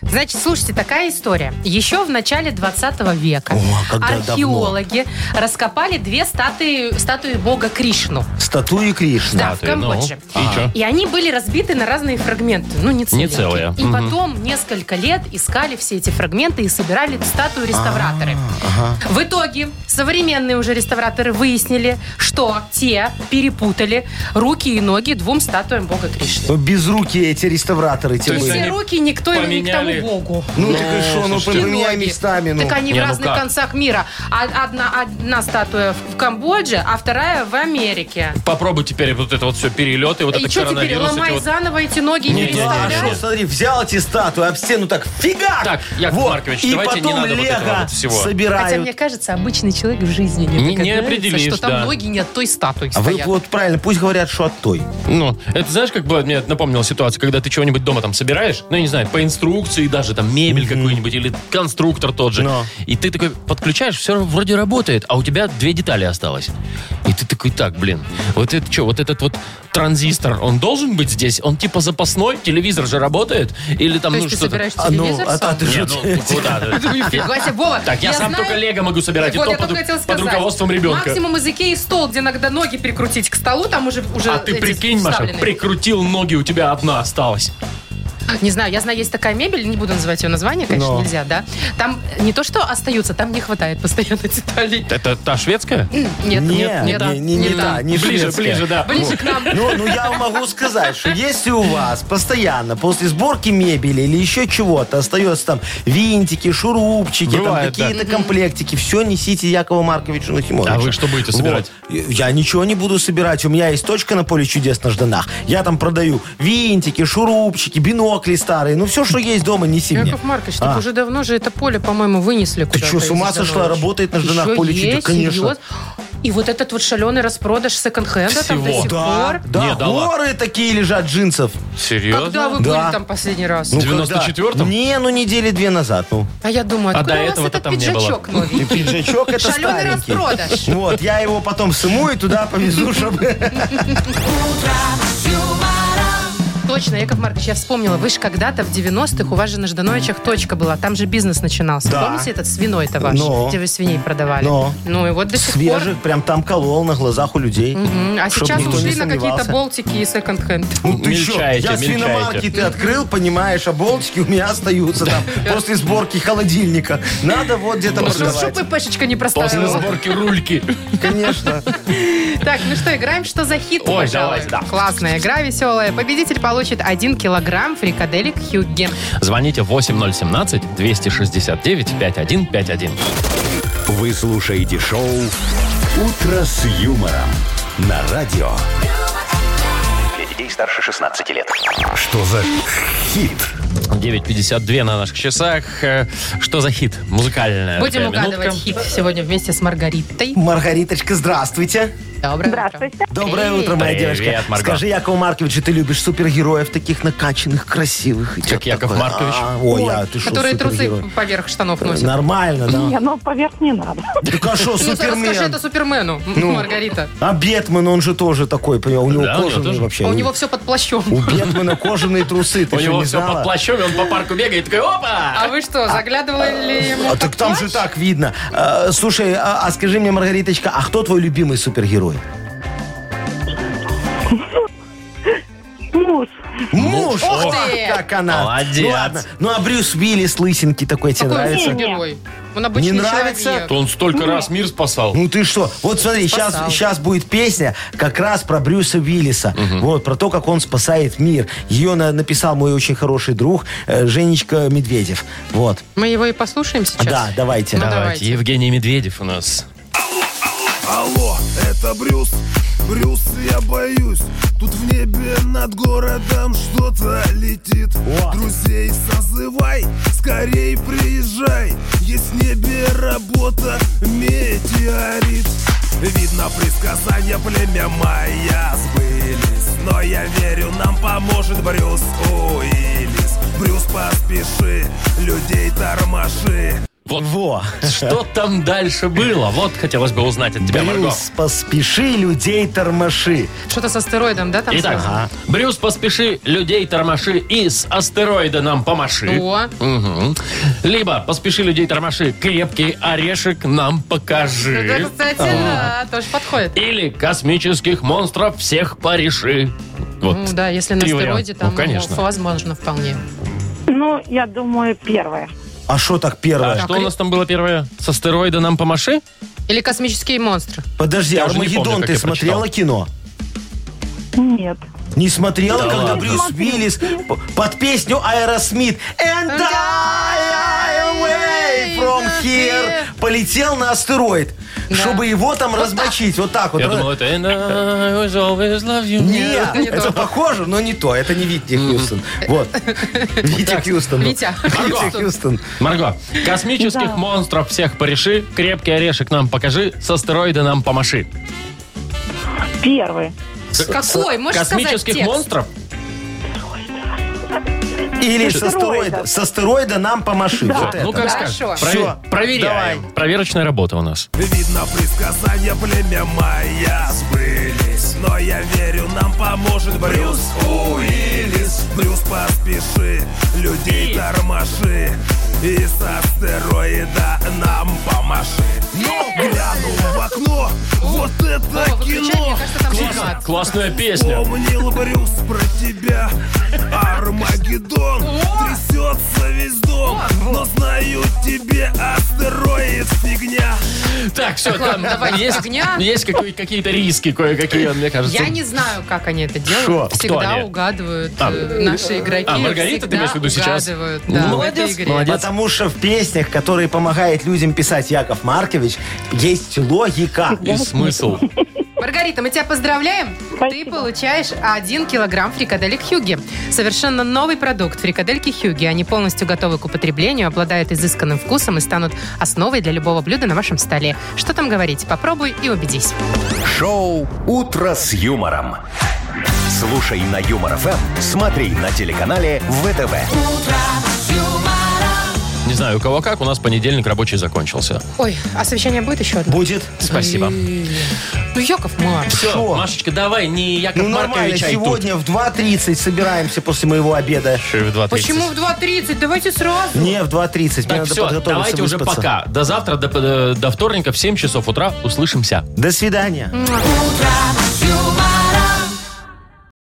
[SPEAKER 3] Значит, слушайте, такая история. Еще в начале 20 века
[SPEAKER 2] а
[SPEAKER 4] О, когда давно.
[SPEAKER 3] археологи раскопали две статуи, статуи бога Кришну.
[SPEAKER 4] Статуи Кришны.
[SPEAKER 3] Да, в
[SPEAKER 2] Статуи, ну.
[SPEAKER 3] Камбодже.
[SPEAKER 2] И чё?
[SPEAKER 3] И они были разбиты на разные фрагменты, ну не целые.
[SPEAKER 2] целые.
[SPEAKER 3] И
[SPEAKER 2] Мгм.
[SPEAKER 3] потом несколько лет искали все эти фрагменты и собирали статую реставраторы.
[SPEAKER 2] А,
[SPEAKER 3] В итоге современные уже реставраторы выяснили, что те перепутали руки и ноги двум статуям бога Кришны.
[SPEAKER 4] Ну, Без руки эти реставраторы те
[SPEAKER 2] То
[SPEAKER 3] И
[SPEAKER 2] есть
[SPEAKER 4] были.
[SPEAKER 3] все
[SPEAKER 2] они
[SPEAKER 3] руки никто и не к тому
[SPEAKER 2] поменяли
[SPEAKER 3] богу.
[SPEAKER 4] Ну, так и что, ну,
[SPEAKER 2] слушайте.
[SPEAKER 4] поменяй
[SPEAKER 3] Ноги.
[SPEAKER 4] местами, ну.
[SPEAKER 3] Так они
[SPEAKER 2] Не,
[SPEAKER 3] в
[SPEAKER 2] ну
[SPEAKER 3] разных
[SPEAKER 2] как?
[SPEAKER 3] концах мира. А- Одна, одна статуя в Камбодже, а вторая в Америке.
[SPEAKER 2] Попробуй теперь вот это вот все перелет и вот
[SPEAKER 3] и
[SPEAKER 2] это
[SPEAKER 3] что теперь,
[SPEAKER 2] коронавирус. эти
[SPEAKER 3] ломай
[SPEAKER 2] вот-
[SPEAKER 3] заново эти ноги и
[SPEAKER 2] Не,
[SPEAKER 3] не
[SPEAKER 2] не, не, не,
[SPEAKER 4] Да, а
[SPEAKER 2] не.
[SPEAKER 3] переставляй?
[SPEAKER 4] что, смотри, взял эти статуи об стену, так фигак!
[SPEAKER 2] Так, Яков
[SPEAKER 4] Вот.
[SPEAKER 2] Маркович,
[SPEAKER 4] и
[SPEAKER 2] давайте не
[SPEAKER 4] потом
[SPEAKER 2] надо вот
[SPEAKER 4] лего
[SPEAKER 2] этого вот всего.
[SPEAKER 3] Хотя,
[SPEAKER 4] собирают.
[SPEAKER 3] мне кажется, обычный человек в жизни не,
[SPEAKER 2] Не- не
[SPEAKER 3] догадается,
[SPEAKER 2] определишь,
[SPEAKER 3] что там
[SPEAKER 2] да.
[SPEAKER 3] ноги не от той статуи
[SPEAKER 4] А вы
[SPEAKER 3] стоят.
[SPEAKER 4] вот правильно, пусть говорят, что от той.
[SPEAKER 2] Ну, это знаешь, как бы мне это напомнило ситуацию, когда ты чего-нибудь дома там собираешь, ну, я не знаю, по инструкции даже, там, мебель какую-нибудь или конструктор тот же.
[SPEAKER 4] Но.
[SPEAKER 2] И ты такой подключаешь, все вроде работает, а у тебя две детали осталось. И ты такой, так, блин, вот это что, вот этот вот транзистор, он должен быть здесь? Он типа запасной? Телевизор же работает? Или там,
[SPEAKER 3] То
[SPEAKER 2] ну,
[SPEAKER 3] есть ты
[SPEAKER 2] что-то...
[SPEAKER 3] собираешь
[SPEAKER 4] А, ну,
[SPEAKER 3] телевизор
[SPEAKER 4] а,
[SPEAKER 3] сам?
[SPEAKER 4] а ты
[SPEAKER 2] Не,
[SPEAKER 4] же...
[SPEAKER 2] ну, куда ты?
[SPEAKER 3] Нифига себе, Вова,
[SPEAKER 2] Так, я, сам
[SPEAKER 3] знаю-
[SPEAKER 2] только лего могу собирать,
[SPEAKER 3] Вот
[SPEAKER 2] и
[SPEAKER 3] я
[SPEAKER 2] то под,
[SPEAKER 3] только хотела
[SPEAKER 2] под
[SPEAKER 3] сказать.
[SPEAKER 2] руководством ребенка.
[SPEAKER 3] Максимум из Икеи стол, где иногда ноги прикрутить к столу, там уже уже
[SPEAKER 2] А ты
[SPEAKER 3] эти
[SPEAKER 2] прикинь, Маша,
[SPEAKER 3] вставлены.
[SPEAKER 2] прикрутил ноги, у тебя одна осталась.
[SPEAKER 3] Не знаю, я знаю, есть такая мебель, не буду называть ее название, конечно,
[SPEAKER 4] Но.
[SPEAKER 3] нельзя, да? Там не то что остаются, там не хватает постоянно деталей.
[SPEAKER 2] Это та шведская?
[SPEAKER 3] Нет, нет,
[SPEAKER 4] Не,
[SPEAKER 3] нет,
[SPEAKER 4] не, не, не
[SPEAKER 3] та.
[SPEAKER 4] та, не
[SPEAKER 2] ближе,
[SPEAKER 4] шведская.
[SPEAKER 2] ближе, да.
[SPEAKER 3] Ближе к нам.
[SPEAKER 4] Ну, ну, я могу сказать, что если у вас постоянно после сборки мебели или еще чего-то остается там винтики, шурупчики,
[SPEAKER 2] Бывает, да.
[SPEAKER 4] там какие-то комплектики, все несите Якову Марковичу Нахимовичу.
[SPEAKER 2] А вы что будете собирать?
[SPEAKER 4] Вот. Я ничего не буду собирать. У меня есть точка на поле чудес на Жданах. Я там продаю винтики, шурупчики, бинокли старые. Ну, все, что есть дома, неси мне.
[SPEAKER 3] Яков Маркович, так
[SPEAKER 4] А.
[SPEAKER 3] уже давно же это поле, по-моему, вынесли
[SPEAKER 4] Ты
[SPEAKER 3] куда-то.
[SPEAKER 4] что, с ума
[SPEAKER 3] из-за
[SPEAKER 4] сошла?
[SPEAKER 3] дороги.
[SPEAKER 4] Работает на
[SPEAKER 3] Еще
[SPEAKER 4] Жданах поле чудес?
[SPEAKER 3] есть,
[SPEAKER 4] Конечно.
[SPEAKER 3] серьез? И вот этот вот шаленый распродаж секонд-хенда там до
[SPEAKER 2] Всего.
[SPEAKER 3] сих
[SPEAKER 4] Да,
[SPEAKER 3] пор.
[SPEAKER 4] да,
[SPEAKER 2] Не, да
[SPEAKER 4] горы такие лежат джинсов.
[SPEAKER 2] Серьезно?
[SPEAKER 3] Когда вы
[SPEAKER 4] Да.
[SPEAKER 3] были там последний раз?
[SPEAKER 4] Ну,
[SPEAKER 2] В 94-м?
[SPEAKER 4] когда? Не, ну недели две назад, ну.
[SPEAKER 3] а я думаю,
[SPEAKER 2] а
[SPEAKER 3] откуда
[SPEAKER 2] до
[SPEAKER 3] у вас
[SPEAKER 2] этого-то
[SPEAKER 3] этот
[SPEAKER 2] там не было.
[SPEAKER 3] пиджачок
[SPEAKER 4] И
[SPEAKER 3] новый?
[SPEAKER 4] пиджачок это
[SPEAKER 3] Шалёный
[SPEAKER 4] старенький.
[SPEAKER 3] распродаж.
[SPEAKER 4] Вот, я его потом сыму и туда повезу, чтобы...
[SPEAKER 3] Точно, Яков Маркович, я вспомнила. Вы же когда-то в 90-х у вас же на Ждановичах точка была. Там же бизнес начинался.
[SPEAKER 4] Да.
[SPEAKER 3] Помните этот свиной-то ваш?
[SPEAKER 4] Но.
[SPEAKER 3] Где вы свиней продавали?
[SPEAKER 4] Но.
[SPEAKER 3] Ну и вот до сих
[SPEAKER 4] Свежих
[SPEAKER 3] пор...
[SPEAKER 4] прям там колол на глазах у людей.
[SPEAKER 3] М, А
[SPEAKER 4] Чтоб
[SPEAKER 3] сейчас
[SPEAKER 4] никто не
[SPEAKER 3] ушли на какие-то
[SPEAKER 4] сомневался.
[SPEAKER 3] болтики и секонд-хенд.
[SPEAKER 4] Ну ты чё,
[SPEAKER 2] Мельчаете, мельчаете.
[SPEAKER 4] я свиномаркеты открыл, понимаешь, а болтики у меня остаются там после сборки холодильника. Надо вот где-то
[SPEAKER 3] Ну что, чтоб
[SPEAKER 4] продавать.
[SPEAKER 3] и пешечка не
[SPEAKER 2] После
[SPEAKER 3] проставила.
[SPEAKER 2] сборки рульки.
[SPEAKER 4] Конечно.
[SPEAKER 3] Так, ну что, играем? Что за хит?
[SPEAKER 2] Ой,
[SPEAKER 3] пожалуй?
[SPEAKER 2] давайте, да.
[SPEAKER 3] Классная игра, веселая. Победитель получит получит 1 килограмм фрикаделек Хюгге.
[SPEAKER 4] Э,
[SPEAKER 2] Звоните 8017-269-5151.
[SPEAKER 10] Вы слушаете шоу «Утро с юмором» на радио.
[SPEAKER 11] Для детей старше 16 лет.
[SPEAKER 10] Что за хит?
[SPEAKER 2] 9.52 на наших часах. Э, Что за хит? Музыкальная
[SPEAKER 3] Будем
[SPEAKER 2] такая
[SPEAKER 3] угадывать
[SPEAKER 2] минутка.
[SPEAKER 3] хит сегодня вместе с Маргаритой.
[SPEAKER 4] Маргариточка, здравствуйте.
[SPEAKER 3] Доброе утро.
[SPEAKER 7] Здравствуйте.
[SPEAKER 4] Доброе утро, моя
[SPEAKER 2] Привет,
[SPEAKER 4] девушка.
[SPEAKER 2] Марго.
[SPEAKER 4] Скажи, Яков Маркович, ты любишь супергероев таких накачанных, красивых? и
[SPEAKER 2] Как
[SPEAKER 4] чё-то
[SPEAKER 2] Яков
[SPEAKER 4] такое?
[SPEAKER 2] Маркович?
[SPEAKER 4] А, Ой, а ты что,
[SPEAKER 3] Которые трусы
[SPEAKER 4] супергерой?
[SPEAKER 3] поверх штанов носят.
[SPEAKER 4] Нормально,
[SPEAKER 7] Не,
[SPEAKER 4] да?
[SPEAKER 7] ну поверх не надо.
[SPEAKER 4] Так а что,
[SPEAKER 3] Ну, расскажи
[SPEAKER 4] Супермен?
[SPEAKER 3] это Супермену, м, Маргарита.
[SPEAKER 4] А Бетмен, он же тоже такой, понял, у него
[SPEAKER 2] Да, у него
[SPEAKER 4] кожаный
[SPEAKER 2] тоже.
[SPEAKER 4] вообще.
[SPEAKER 3] А У него все под плащом.
[SPEAKER 4] ну, У Бетмена кожаные трусы, ты
[SPEAKER 2] У
[SPEAKER 4] что,
[SPEAKER 2] него
[SPEAKER 4] не
[SPEAKER 2] все под
[SPEAKER 4] знала?
[SPEAKER 2] плащом, и он по парку бегает, такой, опа!
[SPEAKER 3] А вы что, заглядывали ему
[SPEAKER 4] А
[SPEAKER 3] под
[SPEAKER 4] так там
[SPEAKER 3] плащ?
[SPEAKER 4] же так видно. А, Слушай, а а скажи мне, Маргариточка, а кто твой любимый супергерой?
[SPEAKER 7] Муж.
[SPEAKER 4] Муж!
[SPEAKER 3] Ух
[SPEAKER 4] О,
[SPEAKER 3] ты!
[SPEAKER 4] Как она!
[SPEAKER 2] Молодец.
[SPEAKER 4] Ну ладно. Ну а Брюс Уиллис, лысенький такой, тебе
[SPEAKER 3] Какой он
[SPEAKER 4] нравится?
[SPEAKER 7] Не, не.
[SPEAKER 3] супергерой? Он обычный
[SPEAKER 4] Не нравится?
[SPEAKER 3] человек.
[SPEAKER 2] То он столько раз мир спасал.
[SPEAKER 4] Ну ты что? Вот смотри, сейчас,
[SPEAKER 3] Спасал.
[SPEAKER 4] сейчас будет песня как раз про Брюса Уиллиса. Вот, про то, как он спасает мир. Ее на- написал мой очень хороший друг э, Женечка Медведев. Вот.
[SPEAKER 3] Мы его и послушаем сейчас.
[SPEAKER 4] Да, давайте.
[SPEAKER 3] Ну,
[SPEAKER 4] Да.
[SPEAKER 3] давайте.
[SPEAKER 2] Давайте, Евгений Медведев у нас.
[SPEAKER 1] Алло, это Брюс Брюс, я боюсь Тут в небе над городом что-то летит
[SPEAKER 4] О.
[SPEAKER 1] Друзей созывай, скорей приезжай Есть в небе работа, метеорит Видно, предсказания племя Майя сбылись Но я верю, нам поможет Брюс Уиллис Брюс, поспеши, людей тормоши
[SPEAKER 4] Во.
[SPEAKER 2] Что там дальше было? Вот хотелось бы узнать от тебя, Марго.
[SPEAKER 4] Брюс, поспеши, людей тормоши.
[SPEAKER 3] Что-то с астероидом, да, там
[SPEAKER 2] Итак,
[SPEAKER 3] связано?
[SPEAKER 2] Брюс, поспеши, людей тормоши и с астероида нам помаши.
[SPEAKER 3] О, ну
[SPEAKER 2] Мгм. Либо поспеши, людей тормоши, крепкий орешек нам
[SPEAKER 3] это,
[SPEAKER 2] покажи.
[SPEAKER 3] кстати, да, тоже подходит.
[SPEAKER 2] Или космических монстров всех пореши. Вот.
[SPEAKER 3] Ну, да, если на
[SPEAKER 2] Три варианта.
[SPEAKER 3] астероиде, там,
[SPEAKER 2] Ну, конечно.
[SPEAKER 3] ну, возможно, вполне.
[SPEAKER 7] Ну, я думаю, первое.
[SPEAKER 4] А что так
[SPEAKER 2] А
[SPEAKER 4] первое?
[SPEAKER 2] что у нас там было первое? С астероида нам помаши?
[SPEAKER 3] Или космические монстры.
[SPEAKER 4] Подожди,
[SPEAKER 2] Я
[SPEAKER 4] а
[SPEAKER 2] уже не помню,
[SPEAKER 4] Армагеддон
[SPEAKER 2] как
[SPEAKER 4] ты
[SPEAKER 2] я
[SPEAKER 4] смотрела кино?
[SPEAKER 7] Нет.
[SPEAKER 4] Не смотрела,
[SPEAKER 2] Да
[SPEAKER 4] когда
[SPEAKER 2] ладно.
[SPEAKER 4] Брюс Уиллис п- под песню Аэросмит And I am away from here полетел на астероид, чтобы его там размочить. Вот так вот.
[SPEAKER 2] Я думал, это... And I was always love you.
[SPEAKER 4] Нет,
[SPEAKER 3] это не
[SPEAKER 4] это
[SPEAKER 3] то.
[SPEAKER 4] похоже, но не то. Это не Витни Хьюстон. Вот. Витя Хьюстон.
[SPEAKER 3] Витя.
[SPEAKER 4] Витя Хьюстон.
[SPEAKER 2] Марго, космических монстров всех пореши, крепкий орешек нам покажи, с астероида нам помаши.
[SPEAKER 7] Первое.
[SPEAKER 3] Какой? Можешь
[SPEAKER 2] Космических
[SPEAKER 3] сказать текст?
[SPEAKER 2] монстров?
[SPEAKER 4] Или с астероида. С астероида нам помаши. Вот
[SPEAKER 2] Ну,
[SPEAKER 4] это.
[SPEAKER 2] как
[SPEAKER 3] Хорошо.
[SPEAKER 2] скажешь. Прове-
[SPEAKER 4] Всё,
[SPEAKER 2] Проверяем. Проверочная работа у нас.
[SPEAKER 1] Видно, предсказания племя Майя сбылись Но я верю, нам поможет Брюс Уиллис Брюс, поспеши, людей тормоши И с астероида нам помаши Но глянул в окно, вот это
[SPEAKER 3] О, выключай, мне
[SPEAKER 1] кино
[SPEAKER 3] кажется, там
[SPEAKER 2] Класс-
[SPEAKER 3] класс.
[SPEAKER 2] Классная песня.
[SPEAKER 1] Помнил Брюс про тебя Армагеддон Трясется весь дом Но знаю тебе астероид фигня
[SPEAKER 2] Так, все, там
[SPEAKER 3] ладно, давай,
[SPEAKER 2] есть,
[SPEAKER 3] огня.
[SPEAKER 2] есть какие- какие-то риски кое-какие, мне кажется.
[SPEAKER 3] Я не знаю, как они это делают.
[SPEAKER 2] Шо? Кто
[SPEAKER 3] Всегда
[SPEAKER 2] они?
[SPEAKER 3] угадывают
[SPEAKER 2] А.
[SPEAKER 3] э, наши игроки.
[SPEAKER 2] А, Маргарита, ты
[SPEAKER 3] всегда
[SPEAKER 2] имеешь в виду сейчас?
[SPEAKER 3] угадывают,
[SPEAKER 2] Ну,
[SPEAKER 3] да, в
[SPEAKER 2] молодец,
[SPEAKER 3] этой игре.
[SPEAKER 2] молодец.
[SPEAKER 4] Потому что в песнях, которые помогает людям писать Яков Маркович, есть логика.
[SPEAKER 2] И смысл.
[SPEAKER 3] Маргарита, мы тебя поздравляем. Ты
[SPEAKER 7] Спасибо.
[SPEAKER 3] получаешь 1 килограмм фрикаделек Хьюги. Совершенно новый продукт фрикадельки Хьюги. Они полностью готовы к употреблению, обладают изысканным вкусом и станут основой для любого блюда на вашем столе. Что там говорить? Попробуй и убедись.
[SPEAKER 10] Шоу «Утро с юмором». Слушай на Юмор ФМ, смотри на телеканале ВТВ.
[SPEAKER 2] Не знаю, у кого как, у нас понедельник рабочий закончился.
[SPEAKER 3] Ой, а совещание будет еще одно?
[SPEAKER 4] Будет.
[SPEAKER 2] Спасибо.
[SPEAKER 3] Ну, Яков Марк.
[SPEAKER 2] Все,
[SPEAKER 4] Шо?
[SPEAKER 2] Машечка, давай, не Яков
[SPEAKER 4] Ну нормально,
[SPEAKER 2] Маркович, а и тут.
[SPEAKER 4] сегодня в 2.30 собираемся после моего обеда.
[SPEAKER 2] Еще и в 2.30.
[SPEAKER 3] Почему в 2.30? Давайте сразу.
[SPEAKER 4] Не, в 2.30. Мне
[SPEAKER 2] Так,
[SPEAKER 4] надо
[SPEAKER 2] все,
[SPEAKER 4] подготовиться,
[SPEAKER 2] давайте уже
[SPEAKER 4] выспаться.
[SPEAKER 2] пока. До завтра, до, до- до вторника в 7 часов утра услышимся.
[SPEAKER 4] До свидания.
[SPEAKER 3] Утро с юмором.